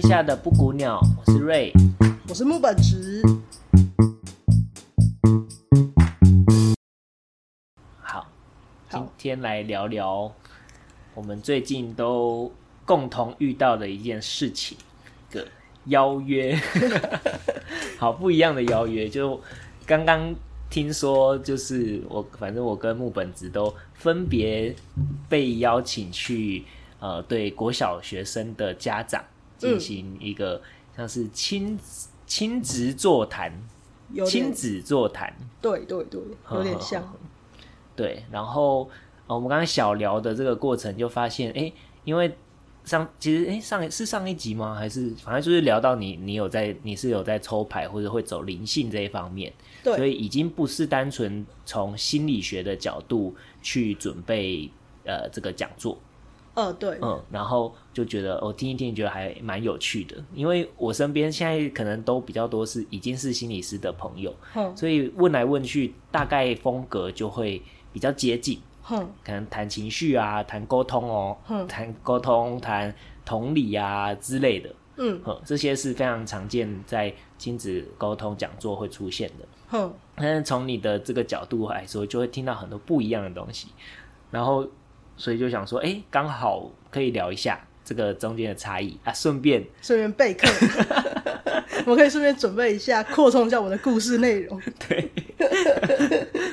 下的布谷鸟，我是瑞。我是木本直，好，好今天来聊聊我们最近都共同遇到的一件事情，一个邀约， 好不一样的邀约。就刚刚听说，就是我反正我跟木本子都分别被邀请去呃对国小学生的家长嗯进行一个像是亲子亲子座谈、有亲点子座谈。对对对，有点像，对，然后呃，我们刚刚小聊的这个过程就发现，哎，因为上其实哎上是上一集吗？还是反正就是聊到你你有在你是有在抽牌或者会走灵性这一方面，所对以已经不是单纯从心理学的角度去准备呃这个讲座，呃对，嗯，然后就觉得我、听一听，觉得还蛮有趣的，因为我身边现在可能都比较多是已经是心理师的朋友，哼所以问来问去，大概风格就会比较接近，哼可能谈情绪啊，谈沟通哦，嗯谈沟通，谈同理啊之类的，嗯嗯，这些是非常常见在亲子沟通讲座会出现的。哼，但是从你的这个角度来说，就会听到很多不一样的东西，然后所以就想说，哎，刚好可以聊一下这个中间的差异啊，顺便顺便备 课，我们可以顺便准备一下，扩充一下我的故事内 容。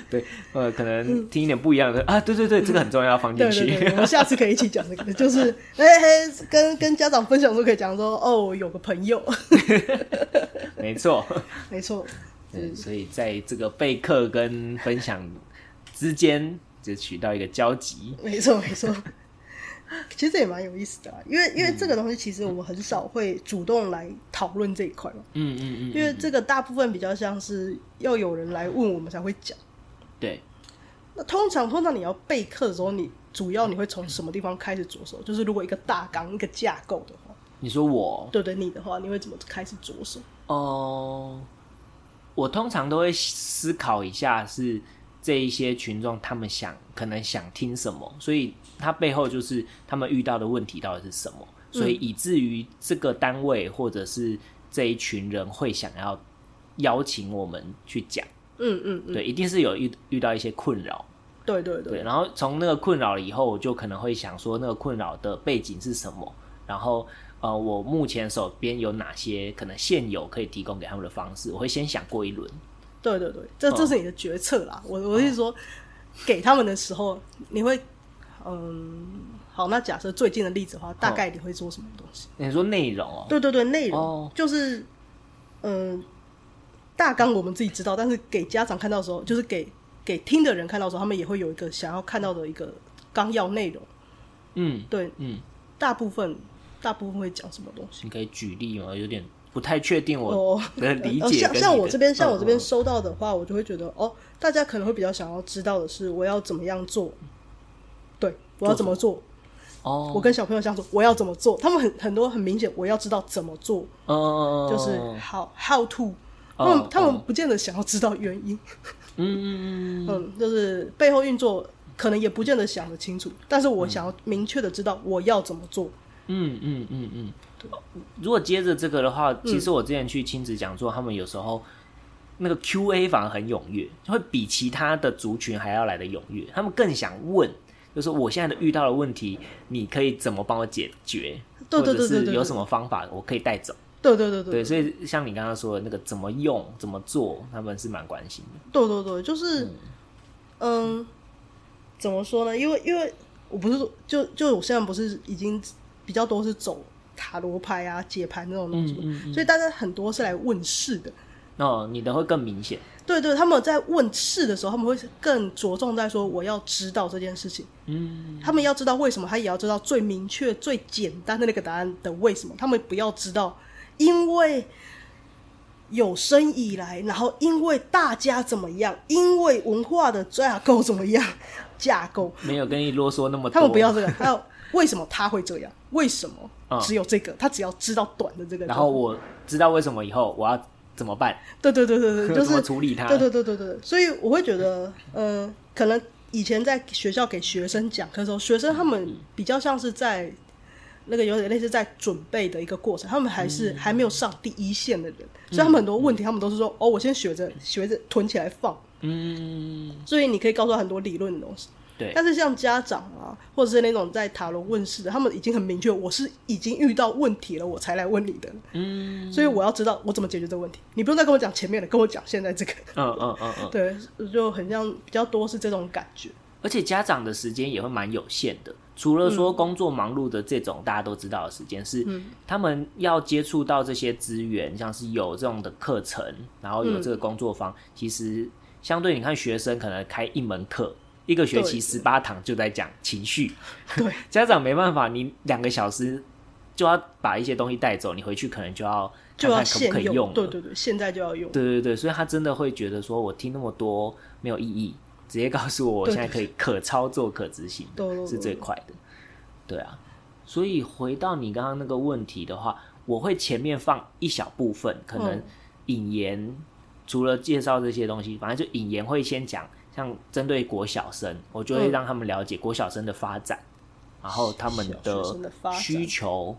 对，呃，可能听一点不一样的、啊，对对对，这个很重要，要放进对去。嗯对对，我们下次可以一起讲这个，就是 哎哎、跟跟家长分享的时候可以讲说，哦，我有个朋友， 没错，没错，对，所以在这个备课跟分享之间，就取到一个交集。没错没错。其实这也蛮有意思的啊、因为因为这个东西其实我们很少会主动来讨论这一块嘛，嗯嗯嗯，因为这个大部分比较像是要有人来问我们才会讲。对，那通常通常你要备课的时候，你主要你会从什么地方开始着手？就是如果一个大纲、一个架构的话，你说我对对，你的话，你会怎么开始着手？哦、我通常都会思考一下是这一些群众他们想可能想听什么，所以他背后就是他们遇到的问题到底是什么，所以以至于这个单位或者是这一群人会想要邀请我们去讲，嗯嗯嗯，对，一定是有遇遇到一些困扰。对对对，对，然后从那个困扰以后，我就可能会想说，那个困扰的背景是什么？然后，呃，我目前手边有哪些可能现有可以提供给他们的方式？我会先想过一轮。对对对，这这是你的决策啦。我我是说，给他们的时候，你会嗯，好，那假设最近的例子的话，大概你会做什么东西？你说内容哦，对对对，内容哦就是嗯，大纲我们自己知道，但是给家长看到的时候，就是给给听的人看到的时候，他们也会有一个想要看到的一个纲要内容。嗯对，嗯，大部分大部分会讲什么东西？你可以举例吗？有点不太确定我哦，的理呃解、像像我这边，像我这边嗯收到的话，我就会觉得哦，大家可能会比较想要知道的是，我要怎么样做？对，我要怎么做？嗯哦，我跟小朋友相处，我要怎么做？他们很很多很明显，我要知道怎么做，嗯，就是 how how to。他哦们他们哦不见得想要知道原因，嗯嗯嗯嗯，嗯，就是背后运作可能也不见得想得清楚，但是我想要明确的知道我要怎么做。嗯嗯嗯嗯。如果接着这个的话，其实我之前去亲子讲座，他们有时候那个 Q&A 反而很踊跃，会比其他的族群还要来的踊跃。他们更想问，就是我现在的遇到的问题，你可以怎么帮我解决？对或对者对对对是对有什么方法我可以带走？对对对对对，所以像你刚刚说的那个怎么用、怎么做，他们是蛮关心的。对对对，就是，嗯，怎么说呢？因为因为我不是说，就就我现在不是已经比较多是走塔罗牌啊、解盘那种东西，嗯所以大家很多是来问事的。哦，你的会更明显。对对，他们在问事的时候，他们会更着重在说我要知道这件事情，嗯，他们要知道为什么，他也要知道最明确、最简单的那个答案的为什么。他们不要知道，因为有生以来，然后因为大家怎么样，因为文化的架构怎么样， 架构，没有跟你啰嗦那么多。他们不要哦这个。还有为什么他会这样？为什嗯么只有这个？他只要知道短的这个就好。然后我知道为什么以后我要怎么办，对对对对对，就 怎么是处理它。对对对对对，所以我会觉得，呃，可能以前在学校给学生讲课的时候，学生他们比较像是在那个有点类似在准备的一个过程，他们还是还没有上第一线的人，所以他们很多问题，他们都是说哦，我先学着学着囤起来放，嗯，所以你可以告诉他很多理论的东西。对，但是像家长啊，或者是那种在塔罗问世的，他们已经很明确，我是已经遇到问题了，我才来问你的，嗯，所以我要知道我怎么解决这个问题。你不用再跟我讲前面的，跟我讲现在这个。嗯嗯嗯嗯，对，就很像比较多是这种感觉。而且家长的时间也会蛮有限的，除了嗯说工作忙碌的这种大家都知道的时间，是他们要接触到这些资源，像是有这种的课程，然后有嗯这个工作坊，其实相对你看学生可能开一门课，一个学期对十八堂就在讲情绪， 对，家长没办法，你两个小时就要把一些东西带走，你回去可能就要就看要看可现不可以用，用对了对对，现在就要用。对对对，所以他真的会觉得说，我听那么多没有意义，直接告诉我我对现在可以可操作、可执行对对对的是最快的。对啊，所以回到你刚刚那个问题的话，我会前面放一小部分，可能嗯引言，除了介绍这些东西，反正就引言会先讲，像针对国小生，我就会嗯让他们了解国小生的发展，然后他们小学生的发展需求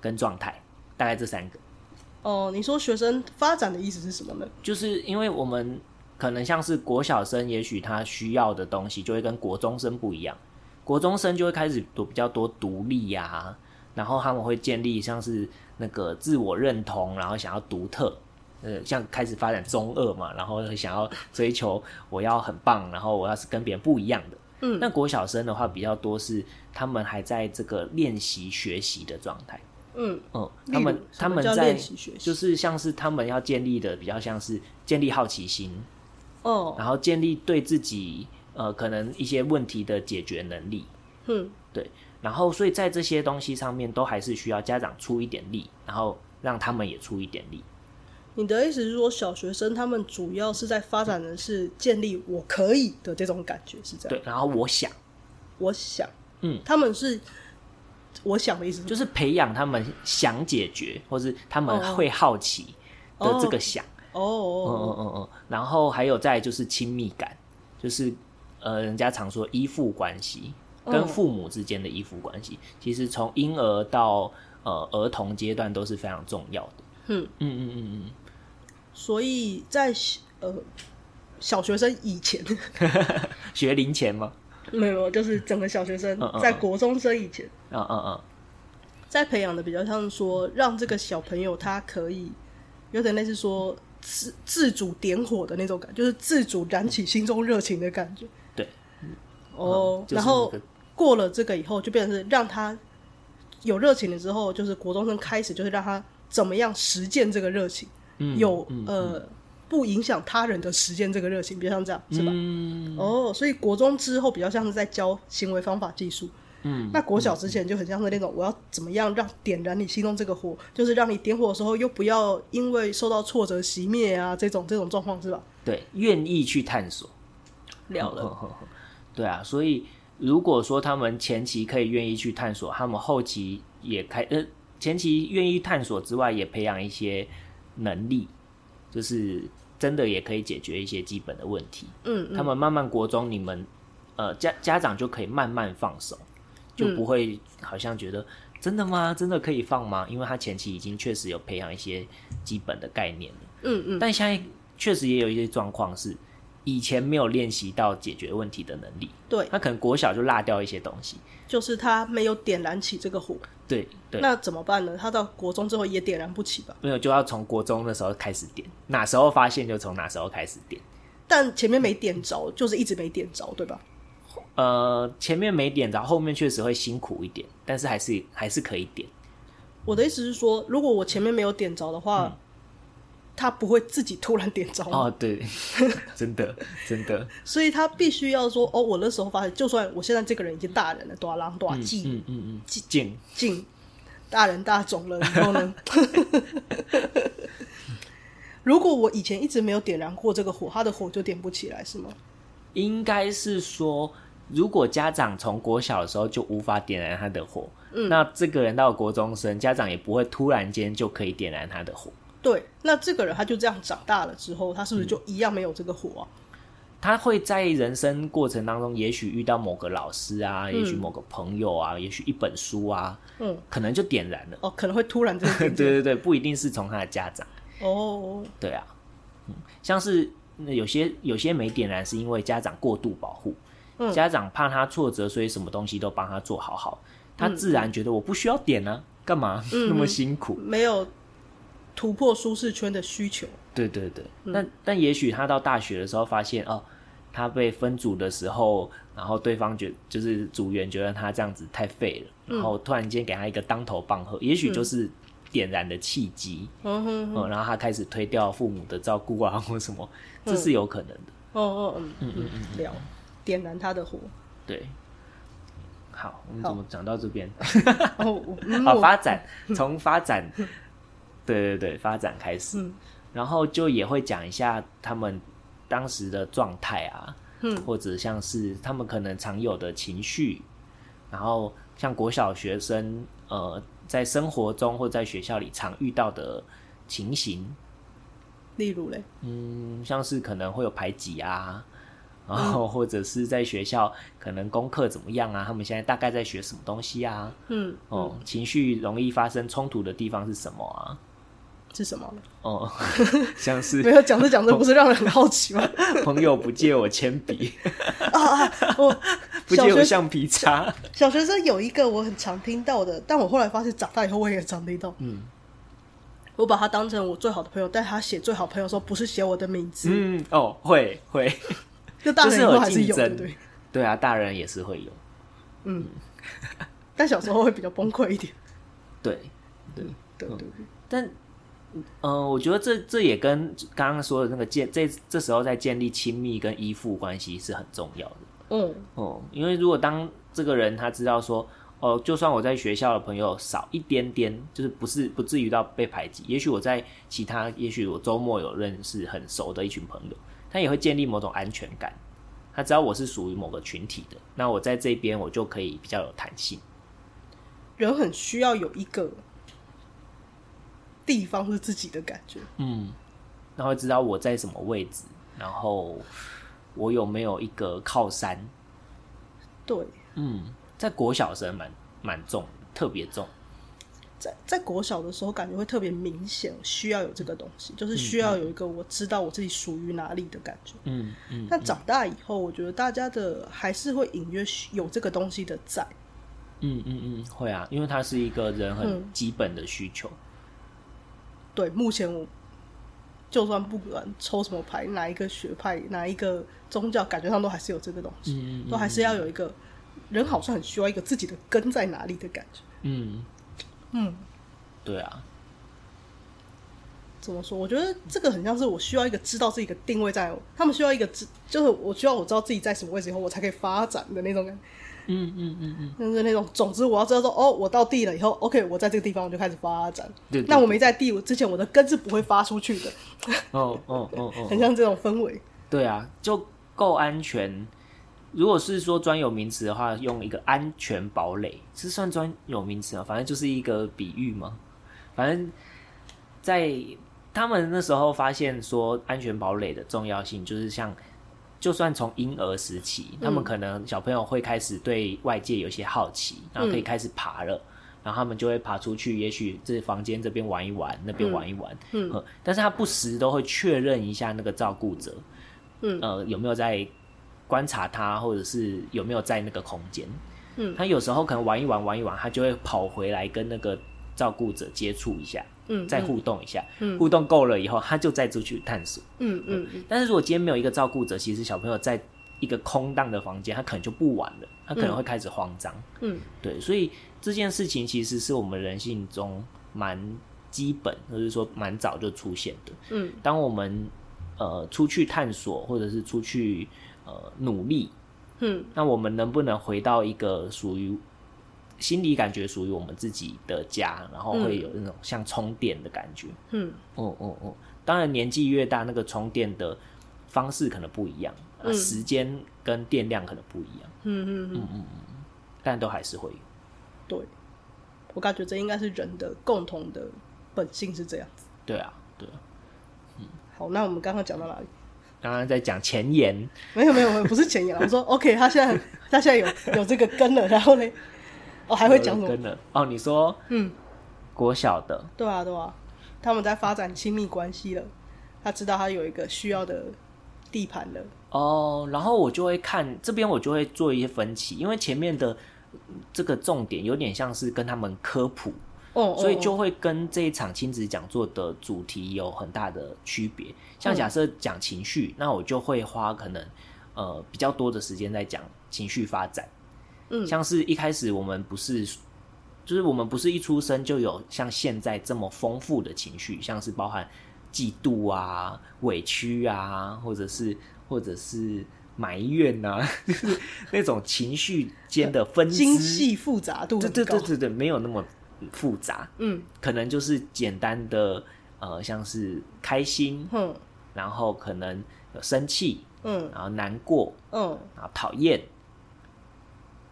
跟状态，大概这三个。哦、你说学生发展的意思是什么呢？就是因为我们可能像是国小生，也许他需要的东西就会跟国中生不一样。国中生就会开始读比较多独立呀、然后他们会建立像是那个自我认同，然后想要独特，呃，像开始发展中二嘛，然后会想要追求我要很棒，然后我要是跟别人不一样的。嗯那国小生的话比较多是他们还在这个练习学习的状态。嗯，嗯，例他们如什他么们叫在练习学习就是像是他们要建立的比较像是建立好奇心，哦，然后建立对自己呃可能一些问题的解决能力，嗯，对，然后所以在这些东西上面都还是需要家长出一点力，然后让他们也出一点力。你的意思是说，小学生他们主要是在发展的是建立我可以的这种感觉，是这样？对，然后我想我想，嗯，他们是我想的意思是，就是培养他们想解决，或是他哦们会好奇的这哦个想。哦哦嗯嗯哦，嗯嗯，然后还有再来就是亲密感，就是呃，人家常说依附关系，嗯跟父母之间的依附关系，其实从婴儿到呃儿童阶段都是非常重要的。嗯，嗯嗯嗯嗯，所以在小呃小学生以前， 学龄前吗？没有，就是整个小学生嗯嗯在嗯国中生以前，嗯嗯嗯，在培养的比较像说，让这个小朋友他可以有点类似说自自主点火的那种感觉，就是自主燃起心中热情的感觉。对，哦，嗯就是然后那个过了这个以后，就变成是让他有热情了之后，就是国中生开始就是让他怎么样实践这个热情，嗯有、嗯呃不影响他人的实践这个热情，比较像这样是吧？嗯哦，所以国中之后比较像是在教行为方法技术。嗯，那国小之前就很像是那种，我要怎么样让点燃你心中这个火，就是让你点火的时候又不要因为受到挫折熄灭啊，这种这种状况是吧？对，愿意去探索。了嗯了，嗯嗯嗯对啊，所以如果说他们前期可以愿意去探索，他们后期也开呃，前期愿意探索之外，也培养一些能力，就是真的也可以解决一些基本的问题。嗯嗯他们慢慢国中，你们呃家家长就可以慢慢放手，就嗯不会好像觉得、真的吗？真的可以放吗？因为他前期已经确实有培养一些基本的概念了。嗯嗯，但现在确实也有一些状况是以前没有练习到解决问题的能力，对，他可能国小就落掉一些东西。就是他没有点燃起这个火，对对，那怎么办呢？他到国中之后也点燃不起吧？没有就要从国中的时候开始点，哪时候发现就从哪时候开始点。但前面没点着，就是一直没点着，对吧？呃，前面没点着，后面确实会辛苦一点，但是还是还是可以点。我的意思是说，如果我前面没有点着的话，嗯他不会自己突然点着哦，对， 真的真的，所以他必须要说哦，我那时候发现，就算我现在这个人已经大人了，多狼多记嗯嗯嗯，进进大人大种了以后呢，嗯 如果我以前一直没有点燃过这个火，他的火就点不起来，是吗？应该是说，如果家长从国小的时候就无法点燃他的火，那这个人到国中生，家长也不会突然间就可以点燃他的火。对，那这个人他就这样长大了之后，他是不是就一样没有这个火啊？他会在人生过程当中，也许遇到某个老师啊，也许某个朋友啊，也许一本书啊，嗯，可能就点燃 了。哦，可能会突然这个 对点对对，不一定是从他的家长。哦，对啊，嗯，像是那有些有些没点燃，是因为家长过度保护，嗯家长怕他挫折，所以什么东西都帮他做好好，他自然觉得我不需要点啊，干嘛 那么辛苦？没有突破舒适圈的需求，对对对，但但也许他到大学的时候发现哦。他被分组的时候，然后对方觉就是组员觉得他这样子太废了，然后突然间给他一个当头棒喝，也许就是点燃的契机，嗯哼，嗯，然后他开始推掉父母的照顾啊或什么，这是有可能的。哦哦嗯嗯嗯，了，点燃他的火，对，好，我们怎么讲到 这边？哦，我 嗯好，我发展从发展，对对对，发展开始，嗯然后就也会讲一下他们当时的状态啊，嗯或者像是他们可能常有的情绪，然后像国小学生，呃，在生活中或在学校里常遇到的情形，例如嘞，嗯，像是可能会有排挤啊，然嗯后或者是在学校可能功课怎么样啊，他们现在大概在学什么东西啊，嗯，哦、情绪容易发生冲突的地方是什么啊？是什么？哦、像 没是有讲着讲着，不是让人很好奇吗？ 朋友不借我铅笔， 啊，我不小借我学橡皮擦， 小学生有一个我很常听到的，但我后来发现长大以后我也很常听到。嗯，我把他当成我最好的朋友，但他写最好朋友的时候不是写我的名字，嗯，哦，会会，就大人以后还是有，这对是有不竞争对？对啊，大人也是会有，但小时候会比较崩溃一点，对，对对对。但。嗯，我觉得这这也跟刚刚说的那个建这这时候在建立亲密跟依附关系是很重要的。嗯哦，因为如果当这个人他知道说，哦，就算我在学校的朋友少一点点，就是不是不至于到被排挤，也许我在其他，也许我周末有认识很熟的一群朋友，他也会建立某种安全感。他知道我是属于某个群体的，那我在这边我就可以比较有弹性。人很需要有一个地方是自己的感觉，嗯，然后知道我在什么位置，然后我有没有一个靠山。对，嗯，在国小生蛮蛮重，特别重。在在国小的时候，感觉会特别明显，需要有这个东西，就是需要有一个我知道我自己属于哪里的感觉。嗯嗯，但长大以后，我觉得大家的还是会隐约有这个东西的在，嗯嗯嗯，会啊，因为它是一个人很基本的需求。对，目前我就算不管抽什么牌，哪一个学派，哪一个宗教，感觉上都还是有这个东西，嗯都还是要有一个人，好像很需要一个自己的根在哪里的感觉。嗯，嗯，对啊，怎么说？我觉得这个很像是我需要一个知道自己的定位在，他们需要一个知，就是我需要我知道自己在什么位置以后，我才可以发展的那种感觉，嗯嗯嗯嗯，就是那种，总之我要知道说，哦，我到地了以后，OK，我在这个地方我就开始发展。对对那我没在地我之前，我的根是不会发出去的，哦哦哦很哦，像这种氛围。对啊，就够安全。如果是说专有名词的话，用一个安全堡垒是算专有名词吗？反正就是一个比喻嘛。反正，在他们那时候发现说安全堡垒的重要性，就是像就算从婴儿时期，他们可能小朋友会开始对外界有些好奇，然后可以开始爬了，然后他们就会爬出去，也许这房间这边玩一玩，那边玩一玩，嗯呃但是他不时都会确认一下那个照顾者，嗯呃，有没有在观察他，或者是有没有在那个空间，嗯他有时候可能玩一玩玩一玩，他就会跑回来跟那个照顾者接触一下，嗯，再互动一下，嗯互动够了以后，他就再出去探索。嗯嗯嗯但是如果今天没有一个照顾者，其实小朋友在一个空荡的房间，他可能就不玩了，他可能会开始慌张。嗯对，所以这件事情其实是我们人性中蛮基本，或者说蛮早就出现的。嗯当我们呃出去探索，或者是出去呃努力，嗯那我们能不能回到一个属于心理感觉属于我们自己的家，然后会有那种像充电的感觉？嗯哦哦哦，当然年纪越大，那个充电的方式可能不一样，啊、嗯时间跟电量可能不一样，嗯嗯，但都还是会有。对，我感觉这应该是人的共同的本性是这样子。对啊，对啊，好，那我们刚刚讲到哪里？刚刚在讲前言，没有没有没有，不是前言啊，我说 OK，他现在他现在有有这个根了，然后呢，我、还会讲什么？跟了哦，你说嗯，国小的对啊对啊，他们在发展亲密关系了，他知道他有一个需要的地盘了，哦，然后我就会看这边，我就会做一些分歧，因为前面的嗯这个重点有点像是跟他们科普，哦，所以哦就会跟这一场亲子讲座的主题有很大的区别。像假设讲情嗯绪，那我就会花可能呃比较多的时间在讲情绪发展。嗯像是一开始我们不是，就是我们不是一出生就有像现在这么丰富的情绪，像是包含嫉妒啊、委屈啊，或者是或者是埋怨啊， 就是那种情绪间的分 支。精细复杂度对很对高对，对对，没有那么复杂。嗯可能就是简单的呃，像是开心，哼然后可能有生气，嗯然后难过，嗯然后讨厌，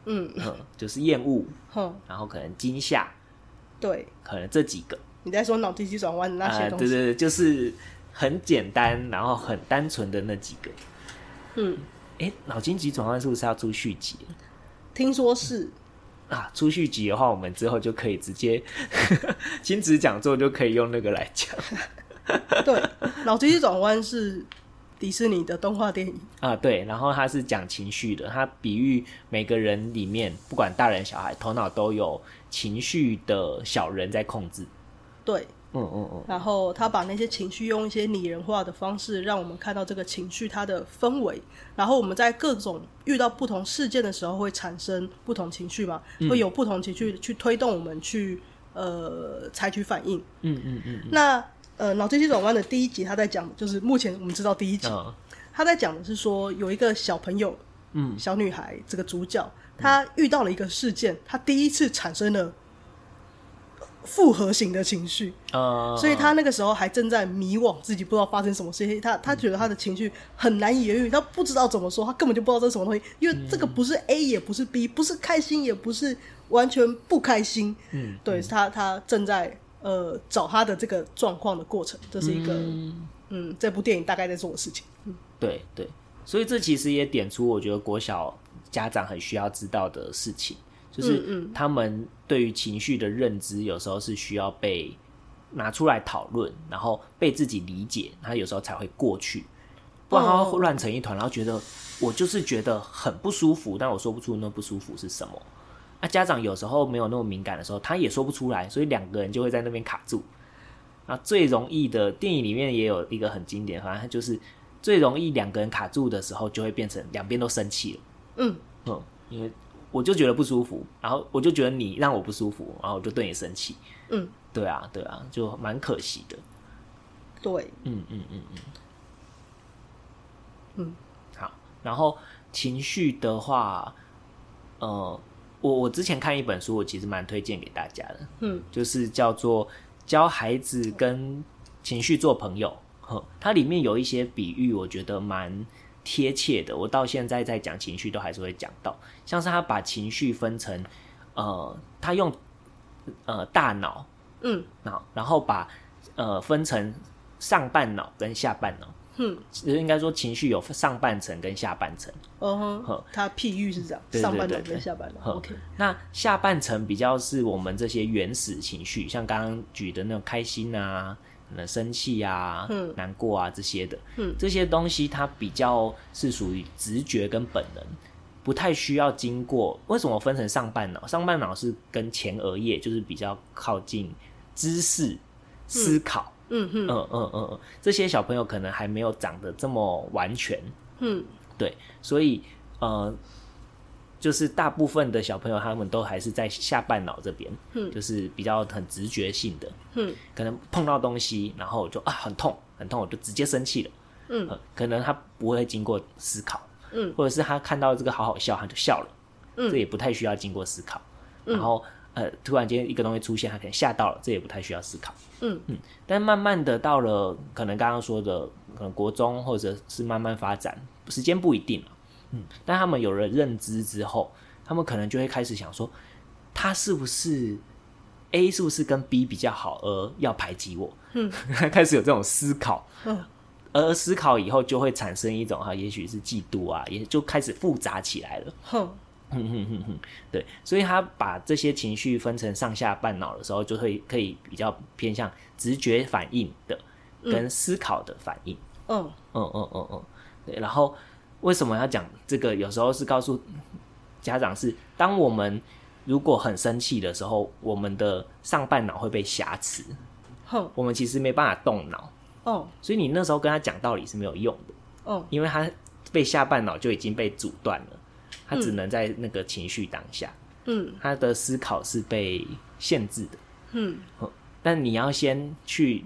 嗯嗯，就是厌恶，哼，然后可能惊吓，对，可能这几个你在说脑筋急转弯的那啊、些对东对西，对，就是很简单，然后很单纯的那几个。嗯，哎，脑筋急转弯是不是要出续集听说是啊？出续集的话，我们之后就可以直接 亲子讲座就可以用那个来讲对，脑筋急转弯是迪士尼的动画电影，啊。对，然后他是讲情绪的，他比喻每个人里面，不管大人小孩，头脑都有情绪的小人在控制。对，嗯嗯嗯，然后他把那些情绪用一些拟人化的方式，让我们看到这个情绪它的氛围。然后我们在各种遇到不同事件的时候，会产生不同情绪嘛，会有不同情绪去推动我们去呃采取反应。嗯嗯嗯那呃，脑筋急转弯的第一集，他在讲的就是目前我们知道第一集，嗯他在讲的是说有一个小朋友，嗯，小女孩这个主角，她遇到了一个事件，她第一次产生了复合型的情绪。呃，所以他那个时候还正在迷惘，自己不知道发生什么事情。他嗯他觉得他的情绪很难以言喻，他不知道怎么说，他根本就不知道这是什么东西，因为这个不是 A 也不是 B，不是开心也不是完全不开心。嗯，对他他正在呃找他的这个状况的过程，这是一个嗯嗯这部电影大概在做的事情。对对，所以这其实也点出我觉得国小家长很需要知道的事情，就是他们对于情绪的认知有时候是需要被拿出来讨论，然后被自己理解，他有时候才会过去，不然他会哦乱成一团，然后觉得我就是觉得很不舒服，但我说不出那不舒服是什么。那、家长有时候没有那么敏感的时候，他也说不出来，所以两个人就会在那边卡住。啊，最容易的电影里面也有一个很经典，反正就是最容易两个人卡住的时候，就会变成两边都生气了。嗯，嗯，因为我就觉得不舒服，然后我就觉得你让我不舒服，然后我就对你生气。嗯，对啊，对啊，就蛮可惜的。对，嗯嗯嗯嗯。嗯，好。然后情绪的话，呃，我我之前看一本书，我其实蛮推荐给大家的，嗯就是叫做《教孩子跟情绪做朋友》。呵，它里面有一些比喻，我觉得蛮贴切的。我到现在在讲情绪，都还是会讲到，像是他把情绪分成，呃，他用呃大脑嗯脑，然后把呃分成上半脑跟下半脑，嗯，其实应该说情绪有上半层跟下半层。哦、呵他譬喻是这样，对对上半脑对对跟下半脑。呵 OK，那下半层比较是我们这些原始情绪，像刚刚举的那种开心啊、可能生气啊、嗯难过啊这些的，嗯这些东西它比较是属于直觉跟本能，不太需要经过。为什么分成上半脑？上半脑是跟前额叶，就是比较靠近知识、思考。嗯嗯嗯嗯嗯，嗯，这些小朋友可能还没有长得这么完全，嗯对，所以呃，就是大部分的小朋友他们都还是在下半脑这边，嗯就是比较很直觉性的，嗯可能碰到东西，然后我就啊很痛很痛，我就直接生气了，嗯呃可能他不会经过思考，嗯或者是他看到这个好好笑他就笑了，嗯这也不太需要经过思考，然后呃突然间一个东西出现，他可能吓到了，这也不太需要思考。嗯嗯，但慢慢的到了可能刚刚说的，可能国中或者是慢慢发展，时间不一定啊嗯，但他们有了认知之后，他们可能就会开始想说，他是不是 A 是不是跟 B 比较好，而要排挤我？嗯，开始有这种思考。嗯而思考以后就会产生一种哈，也许是嫉妒啊，也就开始复杂起来了。 哼，哼哼哼哼，对，所以他把这些情绪分成上下半脑的时候，就会可以比较偏向直觉反应的跟思考的反应。嗯，嗯嗯嗯嗯，对。然后为什么要讲这个？有时候是告诉家长是，当我们如果很生气的时候，我们的上半脑会被挟持，哼，我们其实没办法动脑，哦，所以你那时候跟他讲道理是没有用的，哦，因为他被下半脑就已经被阻断了，他只能在那个情绪当下，嗯，他的思考是被限制的。哦嗯，但你要先去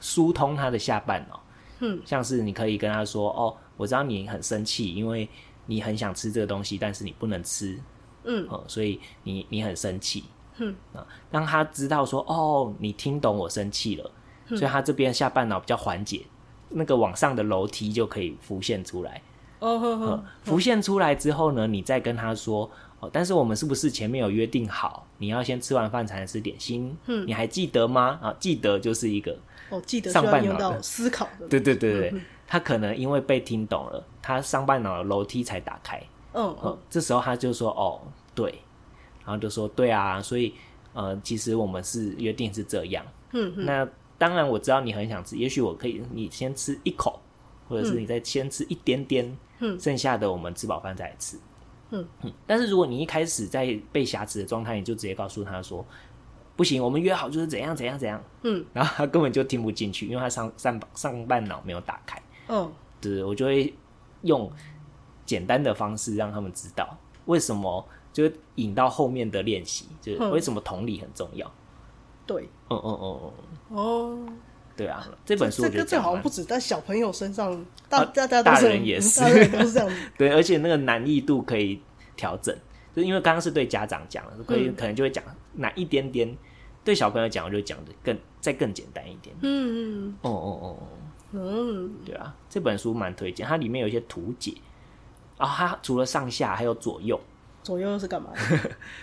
疏通他的下半脑，嗯，像是你可以跟他说：“哦，我知道你很生气，因为你很想吃这个东西，但是你不能吃，嗯，呃，所以你你很生气。”嗯，啊，让他知道说：“哦，你听懂我生气了。”嗯所以他这边下半脑比较缓解，那个往上的楼梯就可以浮现出来。哦，呵呃呵，，浮现出来之后呢，你再跟他说哦，但是我们是不是前面有约定好，你要先吃完饭才能吃点心？嗯，你还记得吗？啊，记得就是一个，哦，记得需上要半用脑到的思考的，对，对对对，他可能因为被听懂了，他上半脑的楼梯才打开，嗯嗯、嗯这时候他就说哦，对，然后就说对啊，所以呃，其实我们是约定是这样，嗯嗯那当然我知道你很想吃，也许我可以你先吃一口，或者是你再先吃一点点，嗯剩下的我们吃饱饭再来吃。嗯但是如果你一开始在被挟持的状态，你就直接告诉他说，不行，我们约好就是怎样怎样怎样，嗯然后他根本就听不进去，因为他上上上半脑没有打开。嗯对，我就会用简单的方式让他们知道为什么，就是引到后面的练习，就是嗯为什么同理很重要。对，嗯嗯嗯嗯，嗯哦，对啊，这本书我这觉得个这讲好像完不止在小朋友身上，大啊大家都大是嗯人也是大人都是这样子， 对，而且那个难易度可以调整，就是因为刚刚是对家长讲了，可以嗯可能就会讲难一点点，对小朋友讲我就讲的更再更简单一点。嗯哦哦哦，哦嗯嗯，对啊，这本书蛮推荐，它里面有一些图解，啊，它除了上下还有左右，左右是 干嘛？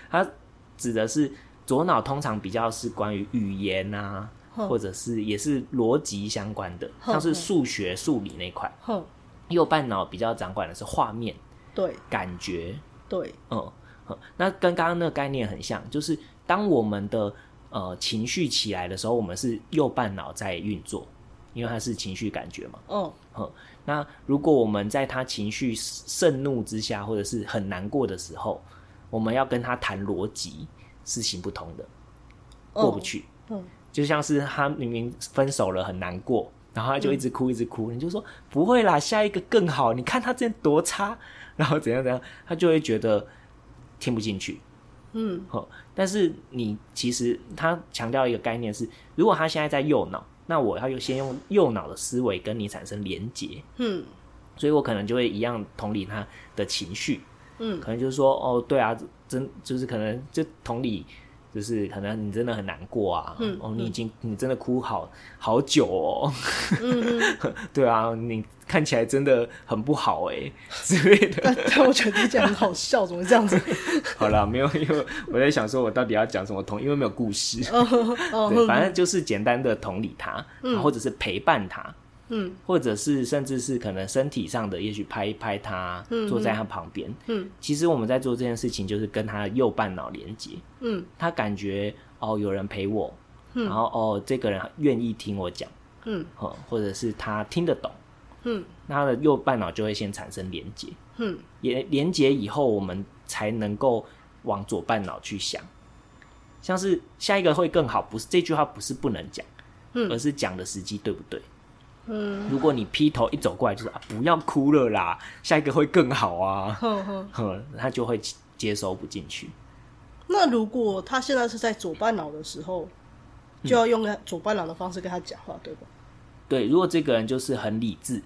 它指的是左脑通常比较是关于语言啊，嗯或者是也是逻辑相关的，嗯像是嗯数学数理那块，哼，右半脑比较掌管的是画面对感觉，对，嗯，嗯那跟刚刚那个概念很像，就是当我们的呃情绪起来的时候，我们是右半脑在运作，因为它是情绪感觉嘛。哦嗯，那如果我们在他情绪盛怒之下，或者是很难过的时候，我们要跟他谈逻辑是行不通的，过不去。嗯就像是他明明分手了，很难过，然后他就一直哭，一直哭，你就说不会啦，下一个更好，你看他之前多差， 然后怎样怎样，他就会觉得听不进去。嗯哦，但是你其实他强调一个概念是，如果他现在在右脑，那我要先用右脑的思维跟你产生连结，嗯所以我可能就会一样同理他的情绪，嗯可能就是说，哦，对啊，真就是可能就同理，就是可能你真的很难过啊，嗯哦，你已经你真的哭好好久哦，嗯嗯， 对啊，你看起来真的很不好哎、 之类的。 但但我觉得这样很好笑，怎么这样 子？好了，没有，因为我在想说我到底要讲什么同，因为没有故事，哦哦，对，反正就是简单的同理他，然后或者是陪伴他。嗯或者是甚至是可能身体上的，也许拍一拍他，坐在他旁边，嗯其实我们在做这件事情，就是跟他的右半脑连接，嗯他感觉哦有人陪我，然后哦这个人愿意听我讲，嗯哦或者是他听得懂，嗯那他的右半脑就会先产生连接，嗯也连接以后，我们才能够往左半脑去想，像是下一个会更好，不是这句话不是不能讲，嗯而是讲的时机对不对？嗯，如果你劈头一走过来就是啊不要哭了啦，下一个会更好啊，哼哼。呵，他就会接收不进去。那如果他现在是在左半脑的时候，嗯就要用左半脑的方式跟他讲话，对吧？对，如果这个人就是很理智，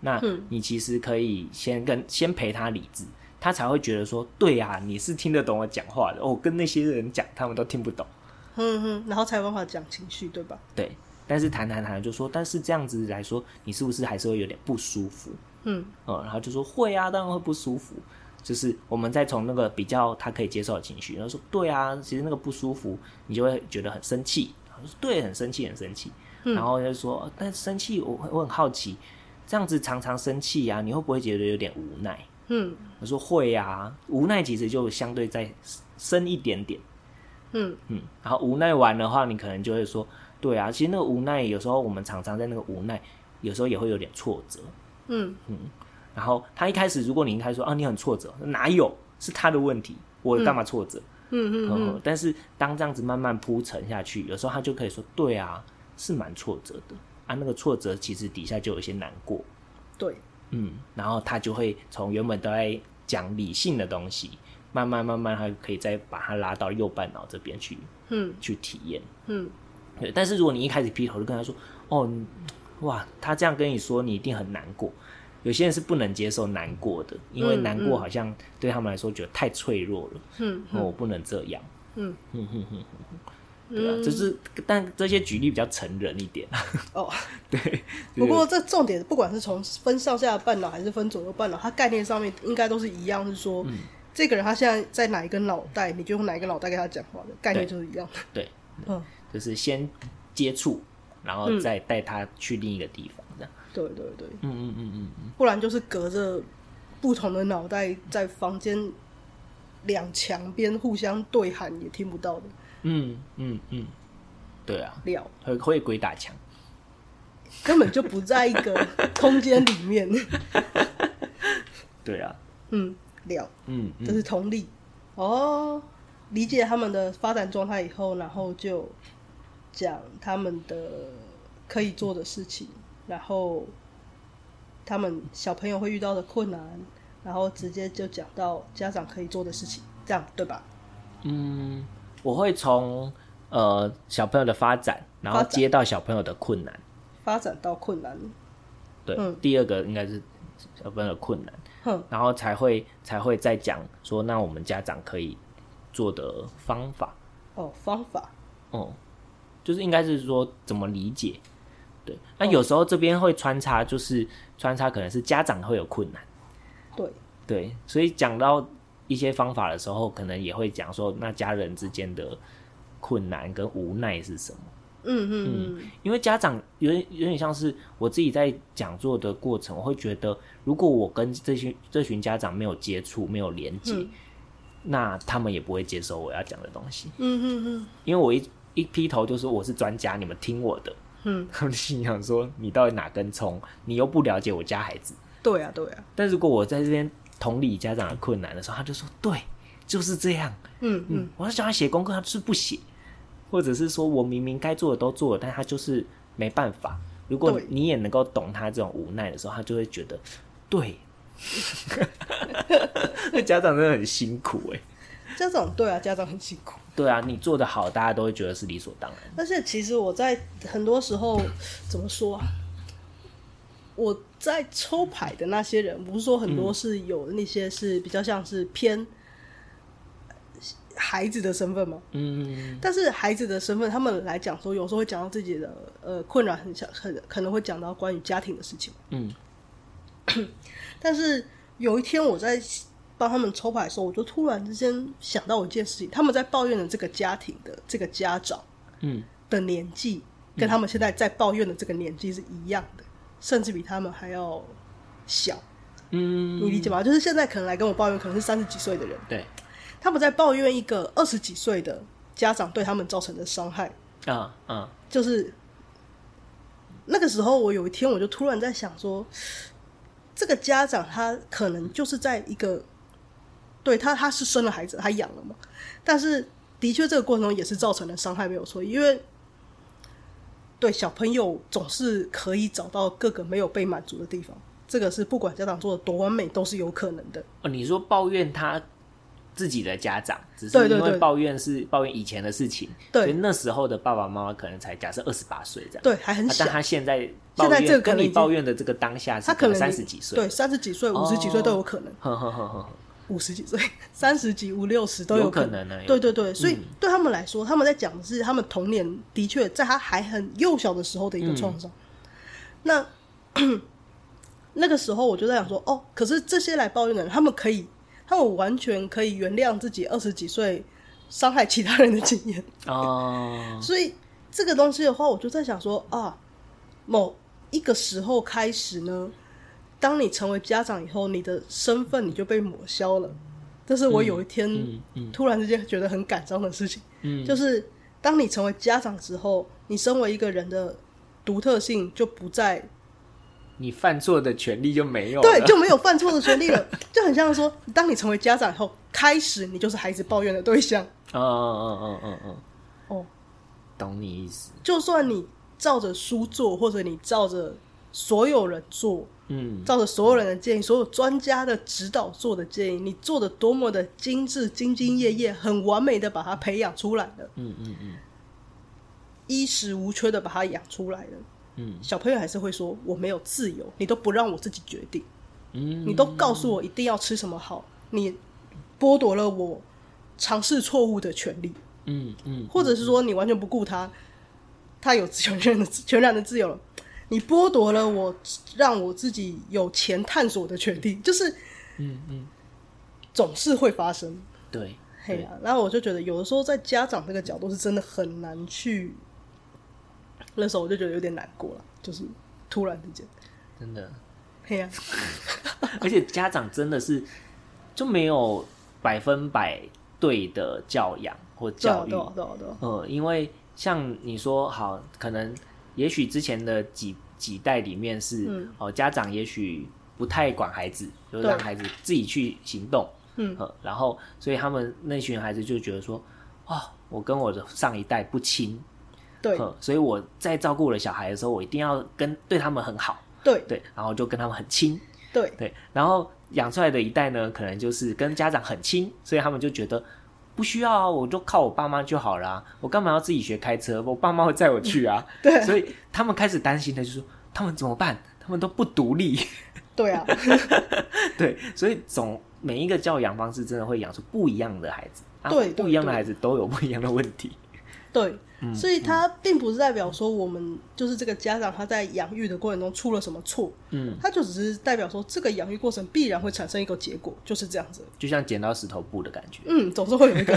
那嗯你其实可以先跟先陪他理智，他才会觉得说，对啊，你是听得懂我讲话的，我、哦跟那些人讲，他们都听不懂。嗯哼，然后才有办法讲情绪，对吧？对，但是谈谈谈就说，但是这样子来说，你是不是还是会有点不舒服？嗯嗯，然后就说会啊，当然会不舒服。就是我们再从那个比较他可以接受的情绪，然后说对啊，其实那个不舒服，你就会觉得很生气，然后说对，很生气，很生气。然后就说，但生气我我很好奇，这样子常常生气啊，你会不会觉得有点无奈？嗯我说会啊，无奈其实就相对再深一点点，嗯嗯，然后无奈完的话，你可能就会说，对啊，其实那个无奈有时候我们常常在那个无奈，有时候也会有点挫折，嗯然后他一开始，如果你一开始说啊，你很挫折，哪有是他的问题，我干嘛挫折？嗯嗯嗯，但是当这样子慢慢铺陈下去，有时候他就可以说，对啊，是蛮挫折的啊，那个挫折其实底下就有一些难过，对，嗯，然后他就会从原本都在讲理性的东西，慢慢慢慢，他可以再把它拉到右半脑这边去嗯去体验。嗯对，但是如果你一开始劈头就跟他说，哦，你哇，他这样跟你说，你一定很难过。有些人是不能接受难过的，因为嗯难过好像对他们来说觉得太脆弱了，嗯哦，我不能这样，嗯哼哼哼，对啊，嗯，就是，但这些举例比较成人一点，啊哦。 对， 不过这重点，不管是从分上下半脑还是分左右半脑，它概念上面应该都是一样，是说、嗯这个人他现在在哪一个脑袋，你就用哪一个脑袋跟他讲话的概念就是一样的。对，嗯，就是先接触，然后再带他去另一个地方，这样，对对对，嗯嗯嗯嗯嗯，不然就是隔着不同的脑袋在房间两墙边互相对喊也听不到的嗯嗯嗯，对啊，了，会会鬼打墙，根本就不在一个空间里面。对啊，嗯，了，嗯这嗯，是同理。哦，理解他们的发展状态以后，然后就讲他们的可以做的事情，然后他们小朋友会遇到的困难，然后直接就讲到家长可以做的事情，这样对吧？嗯，我会从呃小朋友的发展，然后发展接到小朋友的困难，发展到困难，对，嗯第二个应该是小朋友的困难，哼，然后才会才会再讲说，那我们家长可以做的方法，哦，方法，哦、就是应该是说怎么理解，对，那有时候这边会穿插，就是穿插可能是家长会有困难，对，对，所以讲到一些方法的时候，可能也会讲说，那家人之间的困难跟无奈是什么。嗯嗯嗯，因为家长有点有点像是我自己在讲座的过程，我会觉得，如果我跟这群这群家长没有接触、没有连接，嗯那他们也不会接受我要讲的东西。嗯嗯因为我一一劈头就说我是专家，你们听我的，嗯，他们心想说你到底哪根葱？你又不了解我家孩子。对啊，对啊，但如果我在这边同理家长的困难的时候，他就说对，就是这样。嗯嗯，我要叫他写功课，他就是不写，或者是说我明明该做的都做了，但他就是没办法。如果对你也能够懂他这种无奈的时候，他就会觉得， 对，那家长真的很辛苦哎、家长对啊，家长很辛苦。对啊，你做的好，大家都会觉得是理所当然。但是其实我在很多时候怎么说啊？我在抽牌的那些人，不是说很多是有那些是比较像是偏孩子的身份吗？嗯但是孩子的身份，他们来讲说，有时候会讲到自己的呃困扰，很像很可能会讲到关于家庭的事情。嗯 但是有一天我在帮他们抽牌的时候，我就突然之间想到一件事情，他们在抱怨的这个家庭的这个家长，嗯的年纪跟他们现在在抱怨的这个年纪是一样的，甚至比他们还要小，你嗯，理解吗？就是现在可能来跟我抱怨，可能是三十几岁的人，对他们在抱怨一个二十几岁的家长对他们造成的伤害，啊啊就是那个时候，我有一天我就突然在想说，这个家长他可能就是在一个，对他他是生了孩子，他养了嘛，但是的确这个过程中也是造成了伤害，没有错，因为对小朋友总是可以找到各个没有被满足的地方，这个是不管家长做的多完美都是有可能的，哦！你说抱怨他自己的家长，只是对对因为对抱怨是抱怨以前的事情，对所以那时候的爸爸妈妈可能才假设二十八岁这样，对，还很啊小但。他现在抱现在这怨个可跟能已经你抱怨的这个当下是他可能三十几岁，对，三十几岁、五十几岁哦都有可能。呵呵呵呵，五十几岁、三十几、五六十都有有可能啊有对对对，所以对他们来说，他们在讲的是他们童年的确在他还很幼小的时候的嗯一个创伤。那 那个时候我就在想说，哦，可是这些来抱怨的人，他们可以，他们完全可以原谅自己二十几岁伤害其他人的经验，哦，所以这个东西的话，我就在想说啊，某一个时候开始呢，当你成为家长以后，你的身份你就被抹消了。这是我有一天嗯嗯突然之间觉得很感伤的事情，嗯，就是当你成为家长之后，你身为一个人的独特性就不再你犯错的权利就没有了。对，就没有犯错的权利了， 就很像说，当你成为家长以后，开始你就是孩子抱怨的对象嗯嗯嗯嗯嗯哦。嗯，懂你意思。就算你照着书做，或者你照着所有人做，嗯，照着所有人的建议、所有专家的指导做的建议，你做的多么的精致、兢兢业业，很完美的把它培养出来了，嗯嗯嗯衣食无缺的把它养出来了，嗯小朋友还是会说我没有自由，你都不让我自己决定。嗯，你都告诉我一定要吃什么好，你剥夺了我尝试错误的权利，嗯嗯或者是说你完全不顾他，他有全然的全然的自由了，你剥夺了我让我自己有钱探索的权利，就是嗯嗯，总是会发生。对，嘿啊，然后我就觉得有的时候在家长这个角度是真的很难去，那时候我就觉得有点难过了，就是突然之间，真的。嘿呀、而且家长真的是就没有百分百对的教养或对啊教育对。啊对啊对啊，呃，因为像你说，好，可能也许之前的几几代里面是、嗯哦，家长也许不太管孩子，就对让孩子自己去行动。嗯呃，然后所以他们那群孩子就觉得说，哦，我跟我的上一代不亲，对呃，所以我在照顾我的小孩的时候，我一定要跟对他们很好，对对，然后就跟他们很亲，对对，然后养出来的一代呢，可能就是跟家长很亲，所以他们就觉得不需要啊，我就靠我爸妈就好啦，我干嘛要自己学开车？我爸妈会载我去啊。对所以他们开始担心的就是说，他们怎么办？他们都不独立。 对啊，对，所以总每一个教养方式真的会养出不一样的孩子。啊、对对不一样的对孩子都有不一样的问题。对，所以他并不是代表说我们就是这个家长他在养育的过程中出了什么错，嗯，他就只是代表说这个养育过程必然会产生一个结果，就是这样子。就像剪刀石头布的感觉。嗯，总是会有一个，